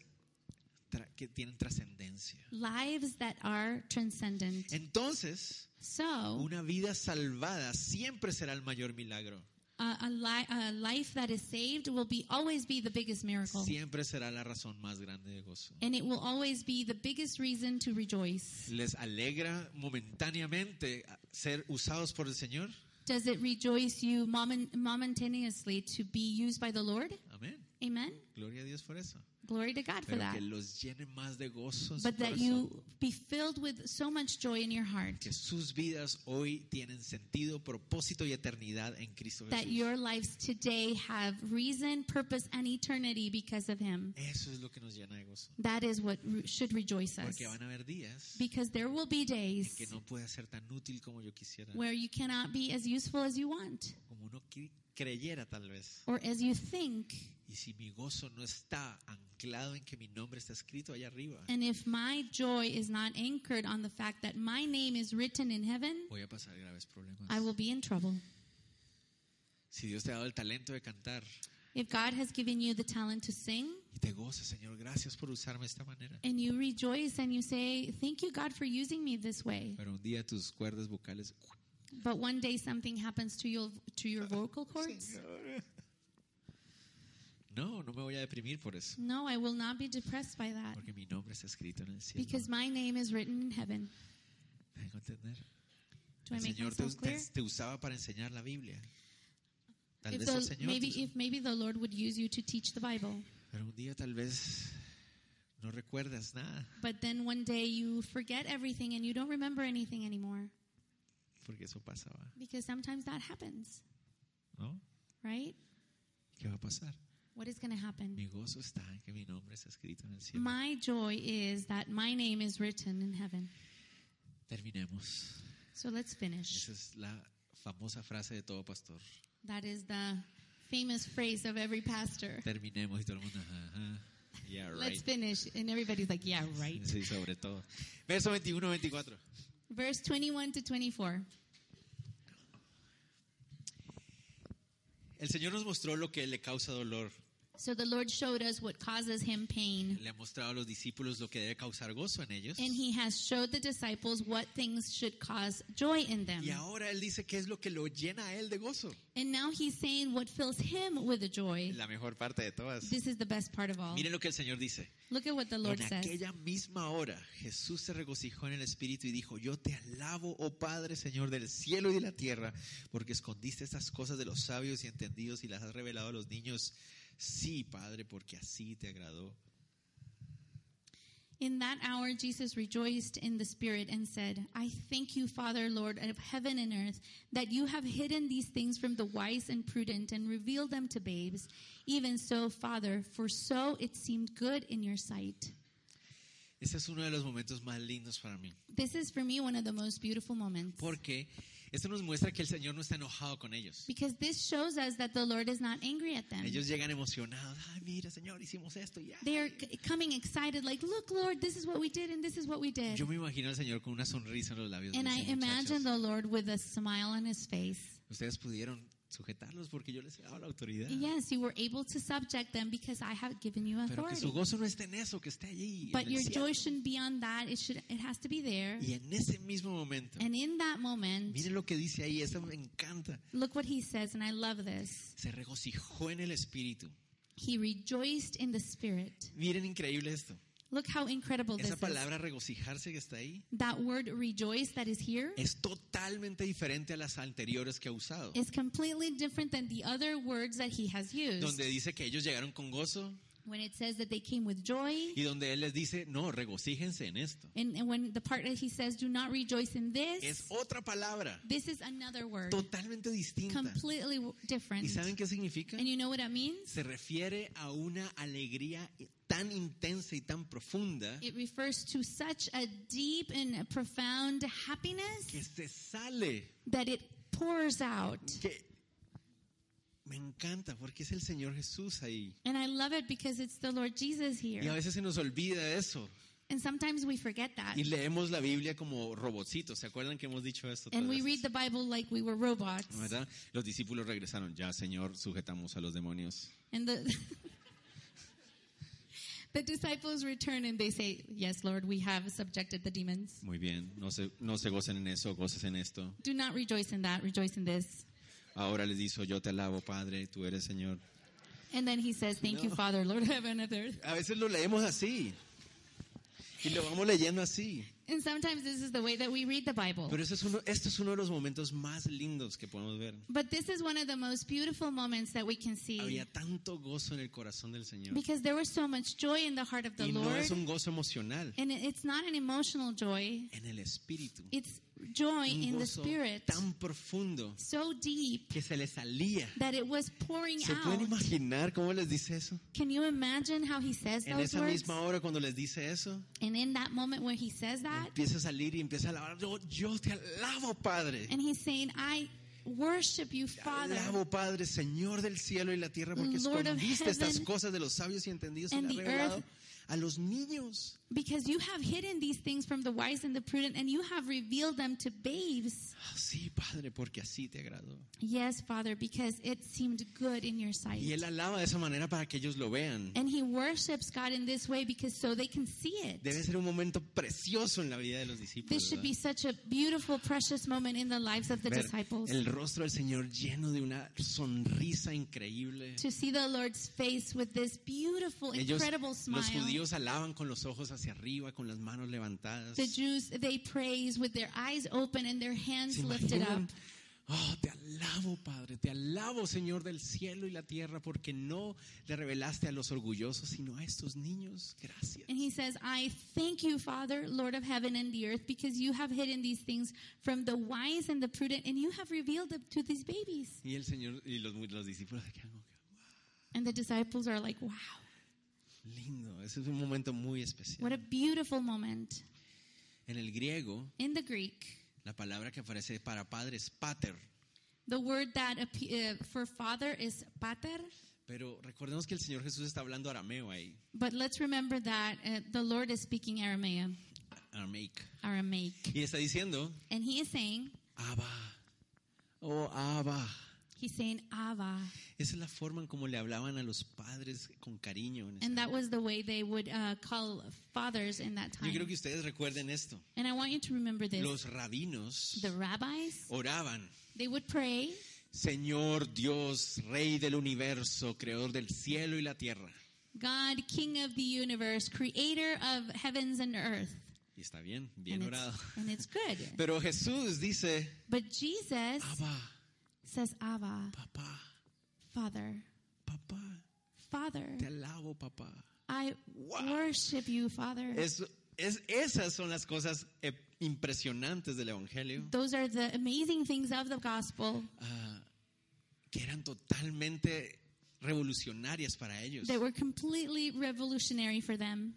tra- que tienen trascendencia. Lives that are transcendent. Entonces, So, Una vida salvada siempre será el mayor milagro. uh, a, li- a life that is saved will be always be the biggest miracle. Eh. Siempre será la razón más grande de gozo. And it will always be the biggest reason to rejoice. ¿Les alegra momentáneamente ser usados por el Señor? Does it rejoice you momen- momentaneously to be used by the Lord? Amén. Amen. Gloria a Dios por eso. Glory to God for Pero that. que los llene más de gozo en su But that corazón. you be filled with so much joy in your heart Que sus vidas hoy tienen sentido, propósito y eternidad en Cristo that Jesús. your lives today have reason, purpose, and eternity because of Him. Eso es lo que nos llena de gozo. That is what re- should rejoice us. Porque van a haber días Because there will be que days no pueda ser tan útil como yo quisiera, where you cannot be as useful as you want como uno cre- creyera tal vez. or as you think. Y si mi gozo no está anclado en que mi nombre está escrito allá arriba, And if my joy is not anchored on the fact that my name is written in heaven, voy a pasar graves problemas. I will be in trouble. Si Dios te ha dado el talento de cantar If God has given you the talent to sing y te goza, Señor, gracias por usarme de esta manera. and you rejoice and you say, Thank you, God, for using me this way. Pero un día tus cuerdas vocales, But one day something happens to your, to your vocal cords. Señor. No, no me voy a deprimir por eso, No, I will not be depressed by that porque mi nombre está escrito en el cielo. because my name is written in heaven. ¿Me hago entender? Do I El make Señor te, myself clear? te- te usaba para enseñar la Biblia. Tal If vez el the, Señor te maybe, usó. if maybe the Lord would use you to teach the Bible. Pero un día tal vez no recuerdas nada But then one day you forget everything and you don't remember anything anymore porque eso pasaba, because sometimes that happens, ¿no? right? ¿Qué va a pasar? What is going to happen? Mi gozo está en que mi nombre está escrito en el cielo. My joy is that my name is written in heaven. Terminemos. So let's finish. Esa es la famosa frase de todo pastor. That is the famous phrase of every pastor. Terminemos y todo el mundo. Ajá, ajá. Yeah, Let's right. finish. And everybody's like, yeah, right. Sí, sobre todo. Verso 21, 24. Verse 21 to 24. El Señor nos mostró lo que le causa dolor. So the Lord showed us what causes him pain, Le ha mostrado a los discípulos lo que debe causar gozo en ellos. and he has showed the disciples what things should cause joy in them. Y ahora Él dice qué es lo que lo llena a Él de gozo. And now he's saying what fills him with a joy. La mejor parte de todas. This is the best part of all. Miren lo que el Señor dice. Look at what the Lord en says. aquella misma hora Jesús se regocijó en el Espíritu y dijo, yo te alabo, oh Padre, Señor del cielo y de la tierra, porque escondiste estas cosas de los sabios y entendidos y las has revelado a los niños. Sí, Padre, porque así te agradó. In that hour, Jesus rejoiced in the Spirit and said, I thank you, Father, Lord of heaven and earth, that you have hidden these things from the wise and prudent and revealed them to babes. Even so, Father, for so it seemed good in your sight. Este es uno de los momentos más lindos para mí, This is for me one of the most beautiful moments porque esto nos muestra que el Señor no está enojado con ellos. because this shows us that the Lord is not angry at them. Ellos llegan emocionados, ay, mira, Señor, hicimos esto y ya. They are c- coming excited, like, Look, Lord, this is what we did and this is what we did. Yo me imagino al Señor con una sonrisa en los labios. And I diciendo, imagine "Muchachos, the Lord with a smile on his face. Ustedes pudieron sujetarlos porque yo les he dado la autoridad. Yes, you were able to subject them because I have given you Pero que su authority. gozo no esté en eso, que esté allí. en But el your cielo. joy shouldn't be on that. It should. It has to be there. Y en ese mismo momento, And in that moment, miren lo que dice ahí, esto me encanta. look what he says, and I love this. Se regocijó en el espíritu. He rejoiced in the spirit. Miren increíble esto. Look how incredible Oh, this Esa is. palabra regocijarse que está ahí That word rejoice that is here es totalmente diferente a las anteriores que ha usado. is completely different than the other words that he has used. Donde dice que ellos llegaron con gozo When it says that they came with joy, y donde él les dice, no, regocíjense en esto. and, and when the part that he says, "Do not rejoice in Es this," otra palabra this is another word. totalmente distinta. completely w- different. ¿Y saben qué significa? And you know what that means? Se refiere a una alegría tan intensa y tan profunda It refers to such a deep and a profound happiness que se sale that it pours out. que me encanta porque es el Señor Jesús ahí. And I love it because it's the Lord Jesus Y a here. veces se nos olvida eso And sometimes we forget that. y leemos la Biblia como robotcitos. ¿Se acuerdan que hemos dicho esto? And otras we read veces? the Bible like we were robots. ¿Verdad? Los discípulos regresaron. Ya, Señor, sujetamos a los demonios. And the [LAUGHS] The disciples return and they say, Yes, Lord, we have subjected the demons. Muy bien. No se, no se gocen en eso, goces en esto. Do not rejoice in that, rejoice in this. Ahora les dice, yo te alabo, Padre, tú eres Señor. And then he says, Thank you, No. Father, Lord of heaven and earth. A veces lo leemos así. Y lo vamos leyendo así. And sometimes this is the way that we read the Bible. Pero eso es uno, esto es uno de los momentos más lindos que podemos ver. But this is one of the most beautiful moments that we can see Había tanto gozo en el corazón del Señor. because there was so much joy in the heart of the Y no Lord. es un gozo emocional, And it- it's not an emotional joy, en el espíritu. it's joy in Un the gozo spirit tan profundo so deep que se le salía. that it was pouring ¿Se pueden out. imaginar cómo les dice eso? Can you imagine how he says En those esa words? misma hora cuando les dice eso, And in that moment where he says that, empieza a salir y empieza a alabar. Yo, yo te alabo, Padre. and he's saying, I worship you, Te Father. Alabo, Padre, Señor del cielo y la tierra, porque Lord of escondiste estas heaven cosas de los sabios y entendidos y and las has the revelado earth. a los niños. Because you have hidden these things from the wise and the prudent, and you have revealed them to babes. Ah, sí, Padre, porque así te agradó. Yes, Father, because it seemed good in your sight. Y él alaba de esa manera para que ellos lo vean. And he worships God in this way because so they can see Debe it. ser un momento precioso en la vida de los discípulos. This should be ¿verdad? such a beautiful, precious moment in the lives of the Ver disciples. el rostro del Señor lleno de una sonrisa increíble. To see the Lord's face with this beautiful, Ellos, incredible los smile. judíos alaban con los ojos hacia arriba, con las manos levantadas. The Jews, they praise with their eyes open and their hands ¿Se lifted up. imaginan Oh, te alabo, Padre, te alabo, Señor del cielo y la tierra, porque no le revelaste a los orgullosos, sino a estos niños. Gracias. And he says, I thank you, Father, Lord of heaven and the earth, because you have hidden these things from the wise and the prudent, and you have revealed them to these babies. Y el Señor y los, los discípulos aquí, como que, "Oh, And the disciples are like, wow, "Wow, lindo, ese es un momento muy especial. what a beautiful moment. En el griego, In the Greek, la palabra que aparece para padre es pater, the word that appe- uh, for father is pater, pero recordemos que el Señor Jesús está hablando arameo ahí, but let's remember that uh, the Lord is speaking Aramaic, aramaic, Aramaic. y está diciendo, And he is saying, Abba, oh Abba. he's saying Ava. Esa es la forma en cómo le hablaban a los padres con cariño. en esa And that época. was the way they would uh, call fathers in that Yo creo time. que ustedes recuerden esto. And I want you to remember this. Los rabinos the rabbis, oraban. they would pray, Señor Dios, Rey del universo, Creador del cielo y la tierra. God, King of the universe, creator of heavens and earth. Y está bien, bien And orado. it's, and [LAUGHS] it's good. Pero Jesús dice, But Jesus Abba, says, Abba, papá, Father, papá, Father. te alabo, papá. I Wow. worship you, Father. Es, es, esas son las cosas eh, impresionantes del Evangelio, Those are the amazing things of the gospel ah, que eran totalmente revolucionarias para ellos. that were completely revolutionary for them.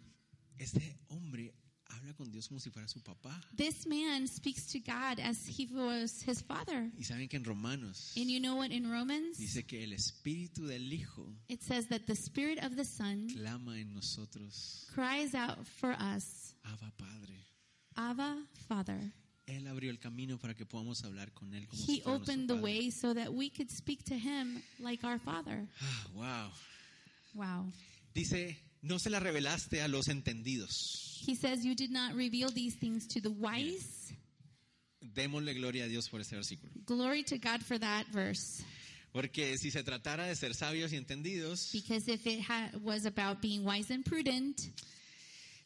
Este hombre habla con Dios como si fuera su papá. This man speaks to God as he was his father. Y saben que en Romanos And you know what in Romans? dice que el espíritu del Hijo It says that the Spirit of the Son clama en nosotros, cries out for us, Abba Padre. Abba, Father. Él abrió el camino para que podamos hablar con Él como si He fuera nuestro opened the padre. way so that we could speak to him like our Father. Ah, wow. Wow. Dice, no se la revelaste a los entendidos. He says, You did not reveal these things to the wise. Démosle gloria a Dios por este versículo. Glory to God for that verse. Porque si se tratara de ser sabios y entendidos, Because if it ha- was about being wise and prudent,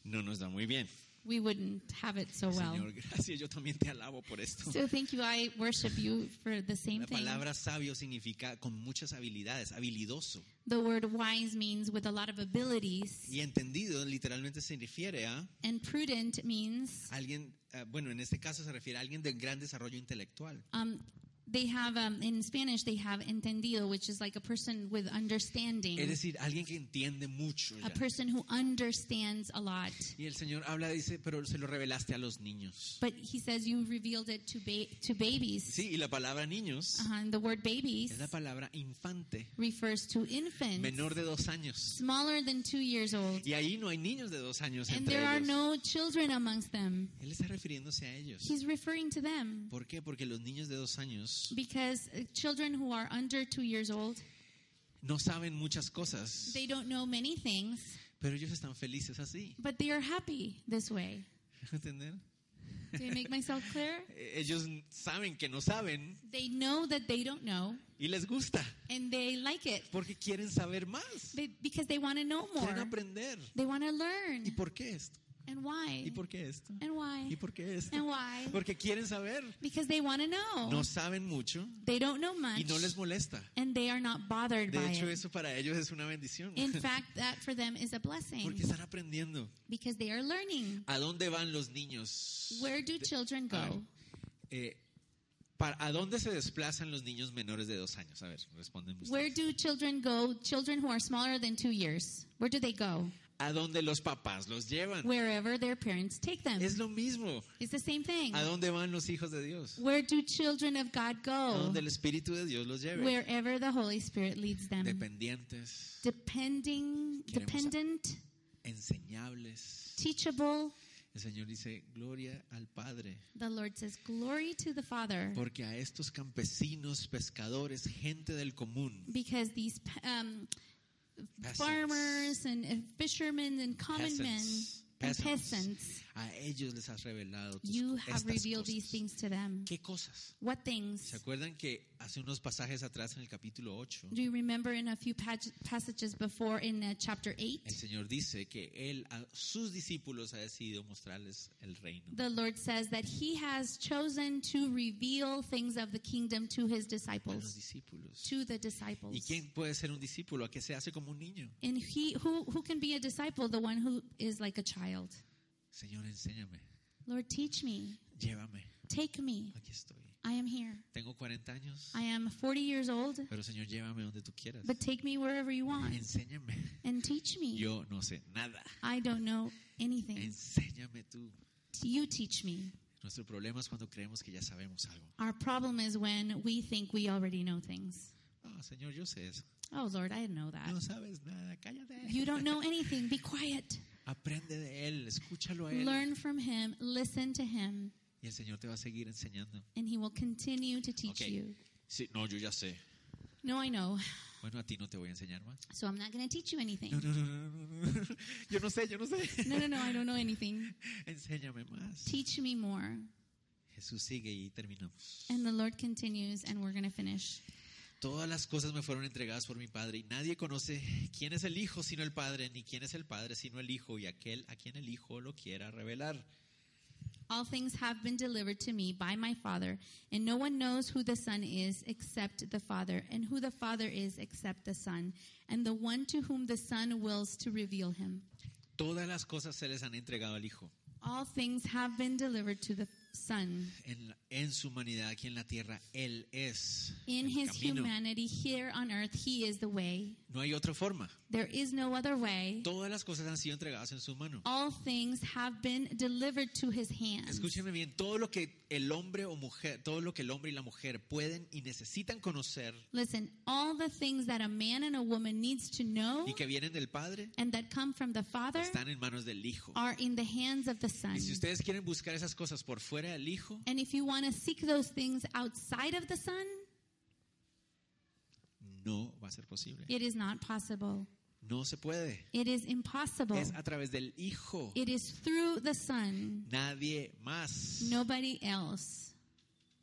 no nos da muy bien. we wouldn't have it so well. Señor, [LAUGHS] gracias, yo también te alabo por esto. So thank you. I worship you for the same La thing. palabra sabio significa con muchas habilidades, habilidoso. The word wise means with a lot of abilities, Y entendido literalmente se refiere a and prudent means alguien, eh, bueno, en este caso se refiere a alguien de gran desarrollo intelectual. um, they have, um, in Spanish, they have entendido, which is like a person with understanding, Es decir, alguien que entiende mucho. ya. a person who understands a lot. Y el Señor habla, dice, pero se lo revelaste a los niños. But he says you revealed it to, ba- to babies. Sí, y la palabra niños Uh-huh, and the word es babies la palabra infante, refers to infants, menor de dos años. smaller than two years old. Y ahí no hay niños de dos años And entre there are ellos. no children amongst them. Él está refiriéndose a ellos. He's referring to them ¿Por qué? Porque los niños de dos años because uh, children who are under two years old, no saben muchas cosas, they don't know many things, pero ellos están felices así. but they are happy this way. ¿Entender? Do I make myself clear? Eh, Ellos saben que no saben They know that they don't know y les gusta and they like it porque quieren saber más, they, because they want to know more. quieren aprender. They want to ¿Y learn. por qué esto? And why? ¿Y por qué esto? And why? ¿Y por qué And esto? why? Porque quieren saber. Because they want to know. No saben mucho They don't know y much no les molesta. and they are not bothered De by hecho, it. eso para ellos es una bendición. [LAUGHS] In fact, that for them is a blessing Porque están aprendiendo. because they are learning. ¿A dónde van los niños? Where do children go? Eh, para- ¿A dónde se desplazan los niños menores de dos años? A ver, responden ustedes. Where do children go? Children who are smaller than two years. Where do they go? ¿A dónde los papás los llevan? Wherever their parents take them. Es lo mismo. It's the same thing. ¿A dónde van los hijos de Dios? Where do children of God ¿A go? dónde el Espíritu de Dios los lleve? Wherever the Holy Spirit leads them. Dependientes, Depending, Queremos- dependent, enseñables. teachable. El Señor dice, gloria al Padre. The Lord says, Glory to the Father. Porque a estos campesinos, pescadores, gente del común, Because these um, Peasants. farmers and uh, fishermen and common men Peasants. and Peasants. peasants, a ellos les has revelado tus, You estas have revealed these cosas. things to them. ¿Qué cosas? What ¿Se things? acuerdan que hace unos pasajes atrás en el capítulo 8, Do you remember in a few pag- passages before in uh, chapter 8? el Señor dice que Él a sus discípulos ha decidido mostrarles el reino? The Lord says that He has chosen to reveal things of the kingdom to His A los disciples, discípulos. to the ¿Y disciples. quién puede ser un discípulo? ¿A qué se hace como un niño? And he who who can be a disciple, the one who is like a child. Señor, enséñame, Lord, teach me, llévame, take me. aquí estoy. I am here. Tengo 40 años, I am 40 years old, pero Señor, llévame donde tú quieras. but take me wherever you want Enséñame. and teach me. Yo no sé nada. I don't know anything. Enséñame tú. You teach me. Nuestro problema es cuando creemos que ya sabemos algo. Our problem is when we think we already know things. Ah, Señor, yo sé eso. Oh, Lord, I know that. No sabes nada, cállate. You don't know anything. [LAUGHS] Be quiet. Aprende de Él, escúchalo a Él. Learn from Him, listen to Him, Y el Señor te va a seguir enseñando. and He will continue to teach Ok. you. Sí, no, yo ya sé. No, I know. Bueno, a ti no te voy a enseñar más. So I'm not going to teach you anything. No, no, no, no, no. [LAUGHS] Yo no sé, yo no sé. [LAUGHS] No, no, no, I don't know anything. [LAUGHS] Enséñame más. Teach me more. Jesús sigue y terminamos. And the Lord continues, and we're going to finish. Todas las cosas me fueron entregadas por mi Padre y nadie conoce quién es el Hijo sino el Padre, ni quién es el Padre sino el Hijo y aquel a quien el Hijo lo quiera revelar. All things have been delivered to me by my Father, and no one knows who the Son is except the Father, and who the Father is except the Son, and the one to whom the Son wills to reveal him. Todas las cosas se les han entregado al Hijo. All things have been delivered to the Son. En, la- en su humanidad aquí en la tierra, Él es In el his camino. humanity here on earth, he is the way. No hay otra forma. There is no other way. Todas las cosas han sido entregadas en su mano. All things have been delivered to his hands. Escúchenme bien, todo lo que el hombre o mujer, todo lo que el hombre y la mujer pueden y necesitan conocer Listen, all the things that a man and a woman needs to know y que vienen del Padre and that come from the Father están en manos del Hijo. are in the hands of the Son. Y si ustedes quieren buscar esas cosas por fuera del Hijo, And if you want to seek those things outside of the Son, no va a ser posible. it is not possible. No se puede. It is impossible. Es a través del Hijo. It is through the Son, Nadie más. nobody else.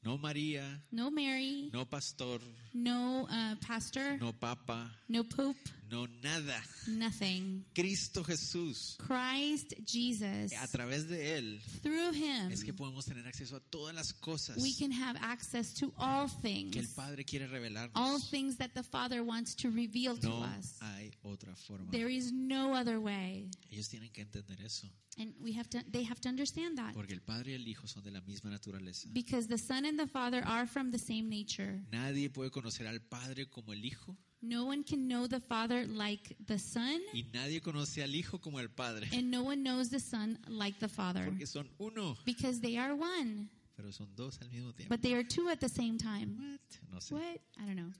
No María, No Mary, no pastor, no uh, pastor, no papa, no pope, no nada. nothing. Cristo Jesús. Christ Jesus, A través de Él through him, es que podemos tener acceso a todas las cosas we can have access to all que el things, Padre quiere all revelarnos. things that the Father wants to reveal to No us. hay otra forma. There is no other way. Ellos tienen que entender eso, And we have to, they have to understand that porque el Padre y el Hijo son de la misma naturaleza. because the Son and the Father are from the same nature. Nadie puede conocer al Padre como el Hijo No one can know the Father like the Son, y nadie conoce al Hijo como el Padre, and no one knows the Son like the Father porque son uno, because they are one, pero son dos al mismo tiempo. but they are two at the same time. What? No sé. What? I don't know.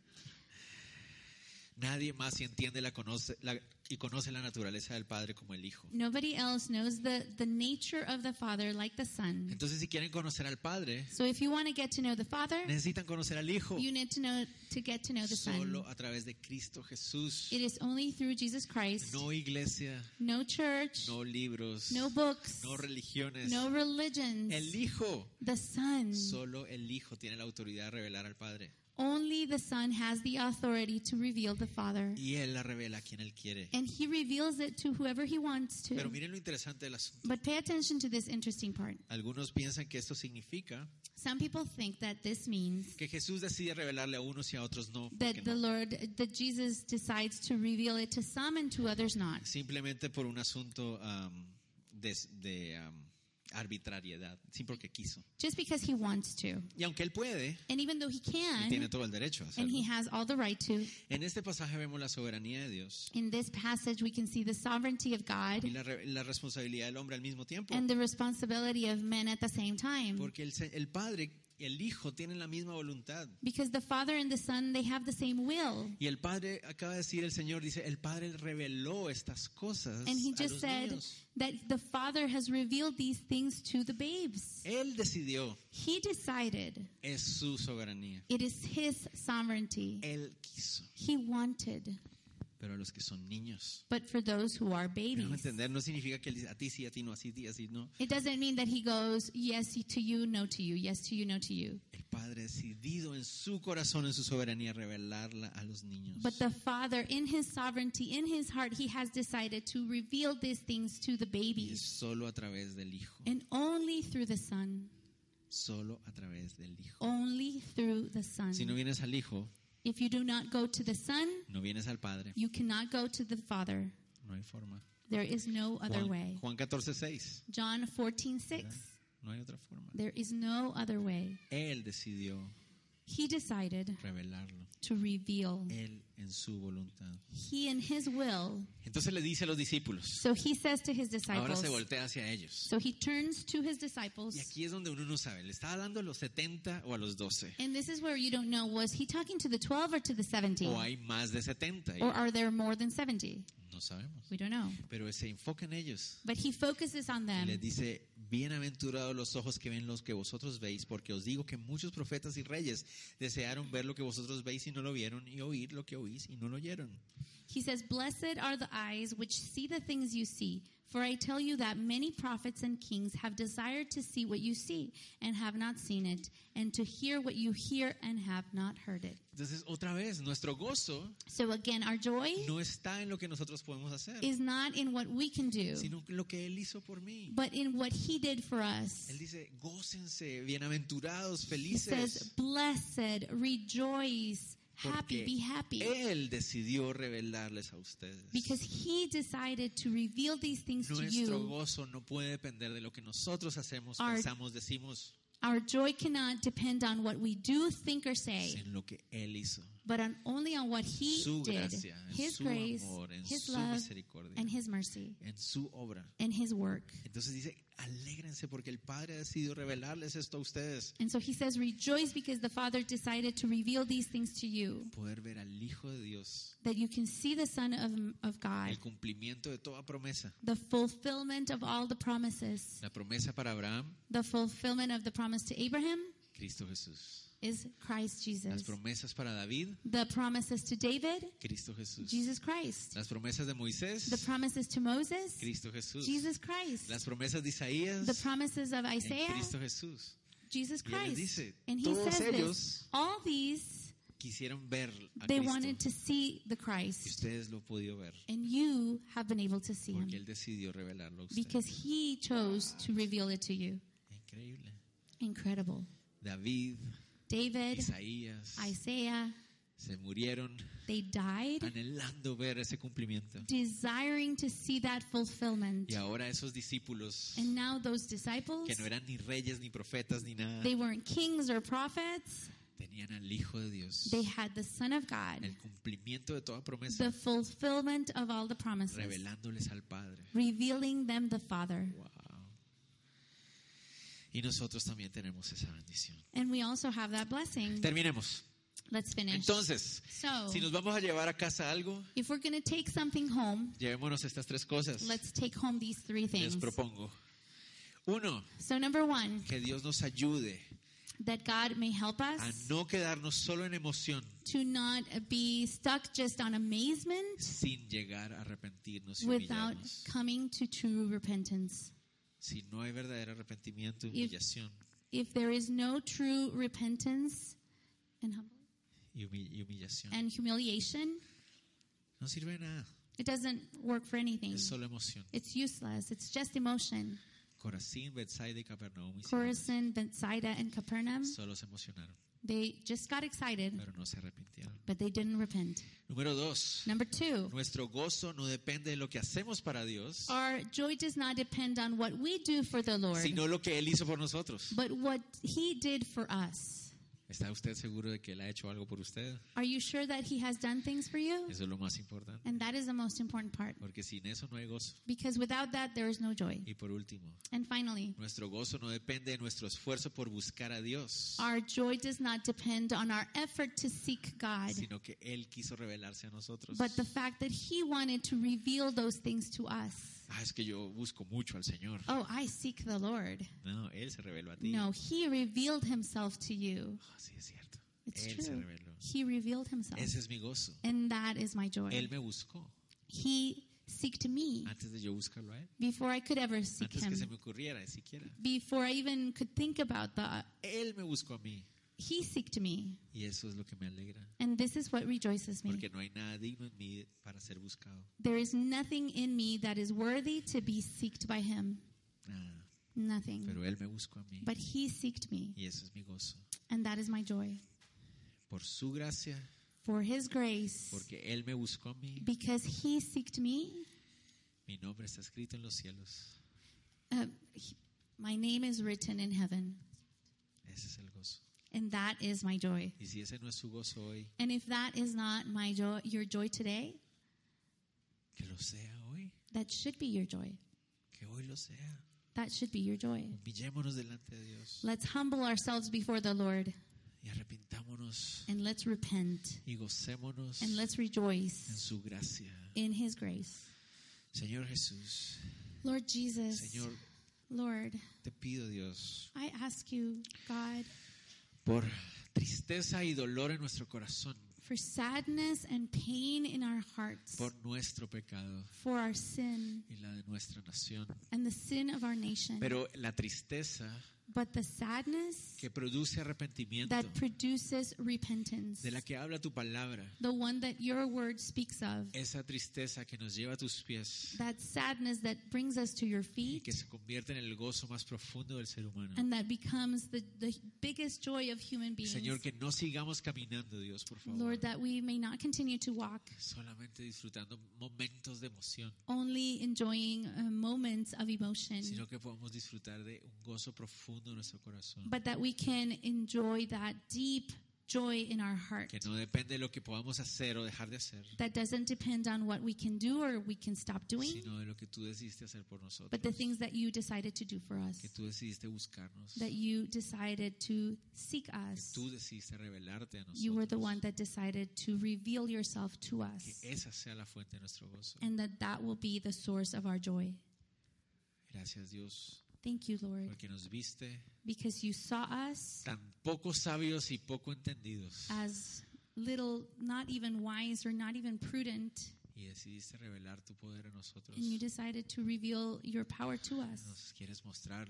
Nadie más entiende la conoce, la- y conoce la naturaleza del Padre como el Hijo. Nobody else knows the, the nature of the Father like the Son. Entonces, si quieren conocer al Padre, So if you want to get to know the Father, necesitan conocer al Hijo you need to know to get to know the Son. solo a través de Cristo Jesús. It is only through Jesus Christ. No iglesia, No church, no libros, no books, no religiones. no religions. El Hijo, The Son. solo el Hijo tiene la autoridad de revelar al Padre. Only the Son has the authority to reveal the Father. Y Él la revela a quien Él quiere. And he reveals it to whoever he wants Pero to. miren lo interesante del asunto. But pay attention to this interesting part. Algunos piensan que esto significa Some people think that this means que Jesús decide revelarle a unos y a otros no. porque that the no. Lord, that Jesus decides to reveal it to some and to others not. Simplemente por un asunto am, de, de, am, arbitrariedad, sí porque quiso. Just because he wants to. Y aunque Él puede, And even though he y tiene can, todo el derecho a and hacerlo. he has all the right to, En este pasaje vemos la soberanía de Dios in this passage we can see the sovereignty of God y la, re- la responsabilidad del hombre al mismo tiempo. and the responsibility of men at the same time. Porque el, se- el Padre y el Hijo tienen la misma voluntad. Because the Father and the Son, they have the same will. Y el Padre acaba de decir, el Señor dice, el Padre reveló estas cosas And he a just los said niños. that the Father has revealed these things to the babes. Él decidió, He decided. es su soberanía. Eh. It is his sovereignty. Él quiso. He wanted. pero a los que son niños. but for those who are Me hago babies. entender, no significa que él dice a ti sí, a ti no, así sí, así no. It doesn't mean that he goes, yes to you, no to you, yes to you, no to you. El Padre ha decidido en su corazón, en su soberanía, revelarla a los niños. But the Father, in his sovereignty, in his heart, he has decided to reveal these things to Y the es babies. solo a través del Hijo, And only through the Son. solo a través del Oh, Hijo. Only through the Son. Si no vienes al Hijo, If you do not go to the Son, no vienes al Padre, you cannot go to the Father. no hay forma. There is no other way. Juan, Juan 14, 6, John 14, 6. no hay otra forma. There is no other way. Él decidió He decided revelarlo, to reveal. Él en su voluntad. He and his will. Entonces le dice a los discípulos, So he says to his ahora disciples. se voltea hacia ellos. So he turns to his Y disciples. aquí es donde uno no sabe, ¿le estaba dando a los 70 o a los 12? And this is where you don't know was he talking to the 12 or to the 70? ¿O hay más de 70? Or are there more than 70? No sabemos. We don't know. Pero se enfoca en ellos. But he focuses on Y les them. dice, bienaventurados los ojos que ven los que vosotros veis, porque os digo que muchos profetas y reyes desearon ver lo que vosotros veis y no lo vieron, y oír lo que oís y no lo oyeron. He says, Blessed are the eyes which see the things you see. For I tell you that many prophets and kings have desired to see what you see and have not seen it, and to hear what you hear and have not heard it. Entonces, otra vez, nuestro gozo So again, our joy no está en lo que nosotros podemos hacer, is not in what we can do, sino en lo que Él hizo por mí. but in what he did for us. Él dice, gócense, bienaventurados, He says, felices. Blessed, rejoice, happy, Porque be happy. Él decidió revelarles a ustedes. Because he decided to reveal these things to Nuestro you. gozo no puede depender de lo que nosotros hacemos, Our- pensamos, decimos, Our joy cannot depend on what we do, think, or es say, en lo que Él hizo. but on only on what he su did, gracia, en his su grace, amor, en his su love, misericordia, and his mercy, en su obra. and his work. Entonces dice, alégrense porque el Padre ha decidido revelarles esto a ustedes. And so he says, Rejoice because the Father decided to reveal these things to you, Poder ver al Hijo de Dios, that you can see the Son of, of God, el cumplimiento de toda promesa. the fulfillment of all the promises. La promesa para Abraham, The fulfillment of the promise to Abraham Cristo Jesús. is Christ Las Jesus. promesas para David, The promises to David, Cristo Jesús. Jesus Christ. Las promesas de The Moisés, promises to Moses, Cristo Jesús. Jesus Christ. Las promesas de The Isaías, promises of en Isaiah, Cristo Jesús. Jesus Y él les Christ. dice, And he todos says ellos this. All these, quisieron ver a they Cristo. wanted to see the Y Christ. ustedes lo pudieron ver And you have been able to see porque Él him decidió revelarlo a because ustedes. he chose to reveal it to you. Increíble. Incredible. David, David, Isaías Isaiah, se murieron they died anhelando ver ese cumplimiento. desiring to see that fulfillment. Y ahora esos discípulos And now those disciples, que no eran ni reyes ni profetas ni nada, they weren't kings or prophets. tenían al Hijo de Dios, They had the Son of God, el cumplimiento de toda the promesa, fulfillment of all the promises, revelándoles al Padre. revealing them the Father. Wow. Y nosotros también tenemos esa bendición. And we also have that blessing. Terminemos. Let's finish. Entonces, So, si nos vamos a llevar a casa algo, if we're going to take something home, llevémonos estas tres cosas. let's take home these three Les things. propongo. Uno, So, number one, que Dios nos ayude that God may help a us no quedarnos solo en emoción to not be stuck just on amazement sin llegar a arrepentirnos y without humillarnos. coming to true repentance. Si no hay verdadero arrepentimiento y If- humillación If there is no true repentance and humble. y humi- y humillación, and humiliation, no sirve de nada. it doesn't work for anything. Es solo emoción. It's useless. It's just emotion. Corazín, Bethsaida y Capernaum hicieron eso. Chorazin, Bethsaida, and Capernaum, solo se emocionaron, they just got excited, pero no se arrepintieron. but they didn't repent. Número dos, Number two, nuestro gozo no depende de lo que hacemos para Dios, our joy does not depend on what we do for the Lord, sino lo que Él hizo por nosotros. but what He did for us. ¿Está usted seguro de que Él ha hecho algo por usted? Are you sure that He has done things for you? Eso es lo más importante. And that is the most important part, Porque sin eso no hay gozo. because without that, there is no joy. Y por último, And finally, nuestro gozo no depende de nuestro esfuerzo por buscar a Dios, our joy does not depend on our effort to seek God. sino que Él quiso revelarse a nosotros. But the fact that he wanted to reveal those things to us. Ah, es que yo busco mucho al Señor. Oh, I seek the Lord. No, Él se reveló a ti. No, he revealed himself to you. Ah, sí, es cierto. It's Él se true. reveló. He revealed himself. Ese es mi gozo. And that is my joy. Él me buscó He seeked me antes de yo buscarlo a Él, before I could ever seek antes que se him, me ocurriera siquiera. before I even could think about that. Él me buscó a mí He seeked me. y eso es lo que me alegra, And this is what rejoices me. porque no hay nada digno en mí para ser buscado. There is nothing in me that is worthy to be seeked by him. Nada. Nothing. Pero Él me buscó a mí But he seeked me, y eso es mi gozo. and that is my joy. Por su gracia, For his grace, porque Él me buscó a mí, because he seeked me, mi nombre está escrito en los cielos. uh, he- my name is written in heaven, Ese es el gozo. and that is my joy. Y si ese no es su gozo hoy, And if that is not my joy, your joy today, que lo sea hoy, that should be your joy. que hoy lo sea. That should be your joy. Humillémonos delante de Dios Let's humble ourselves before the Lord y arrepintámonos and let's repent y gocémonos and en let's rejoice su gracia. in his grace. Señor Jesús, Lord Jesus, Señor, Lord, te pido Dios I ask you, God, por tristeza y dolor en nuestro corazón, for sadness and pain in our hearts, por nuestro pecado for our sin y la de nuestra nación. and the sin of our nation. Pero la tristeza but the sadness que produce arrepentimiento, that produces repentance, de la que habla tu palabra, the one that your word speaks of, esa tristeza que nos lleva a tus pies that sadness that brings us to your y feet que se convierte en el gozo más profundo del ser humano. and that becomes the, the biggest joy of human beings. Señor, que no sigamos caminando, Dios, por favor. Lord, that we may not continue to walk solamente disfrutando momentos de emoción, only enjoying uh, moments of emotion, sino que podamos disfrutar de un gozo profundo en nuestro corazón, but that we can enjoy that deep joy in our heart que no depende de lo que podamos hacer o dejar de hacer, that doesn't depend on what we can do or we can stop doing, sino de lo que tú decidiste hacer por nosotros, but the things that you decided to do for us, que tú decidiste buscarnos, that que you decided to seek us. tú decidiste revelarte a You were the one nosotros. that decided to reveal yourself to us, Que esa sea la fuente de nuestro gozo. and that that will be the source of our joy. Gracias Dios, Thank you, Lord. porque nos viste because you saw us tan poco sabios y poco entendidos as little, not even wise or not even prudent, y decidiste revelar tu poder a nosotros. and you decided to reveal your power to us, Nos quieres mostrar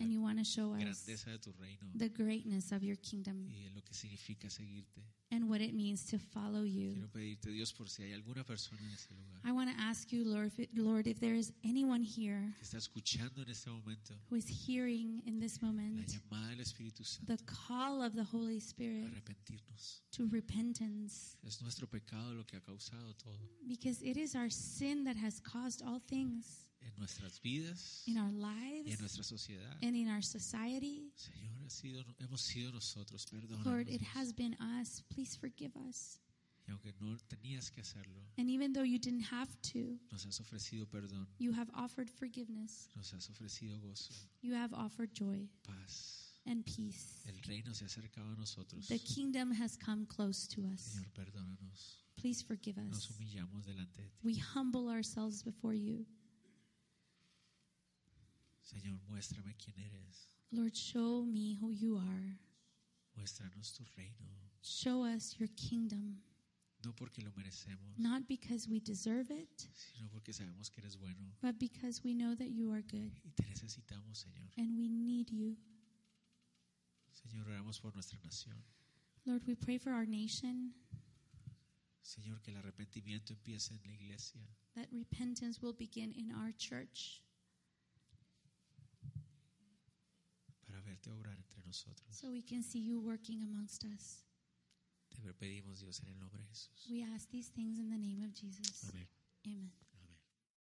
and you la want to show us grandeza de tu reino. Pues, the greatness of your kingdom y de lo que significa seguirte. and what it means to follow you. Quiero pedirte, Dios, por si hay alguna persona en este lugar I want to ask you, Lord, if, Lord, if there is anyone here que está escuchando en este momento who is hearing in this la moment llamada del Espíritu Santo the call of the Holy a Spirit arrepentirnos. to repentance, Es nuestro pecado lo que ha causado todo because it is our sin that has caused all things en nuestras vidas in our y en lives nuestra sociedad. and in our society. Señor, ha sido, hemos sido nosotros, perdónanos. Lord, it has been us. Please forgive us. Y aunque no tenías que hacerlo, And even though you didn't have to, nos has ofrecido perdón, you have offered forgiveness. nos has ofrecido gozo, You have offered joy paz. and peace. El reino se ha acercado a nosotros. The kingdom has come close to us. Señor, perdónanos. Please forgive Nos us. humillamos delante de ti. We humble ourselves before you. Señor, muéstrame quién eres. Lord, show me who you are. Muéstranos tu reino. Show us your kingdom, No porque lo merecemos, not because we deserve it, sino porque sabemos que eres bueno but because we know that you are good y te necesitamos, Señor. and we need you. Señor, oramos por nuestra nación. Lord, we pray for our nation Señor, que el arrepentimiento empiece en la iglesia. that repentance will begin in our church. Para verte obrar entre nosotros. So we can see you working amongst us. Te lo pedimos, Dios, en el nombre de Jesús. We ask these things in the name of Jesus. Amén. Amen.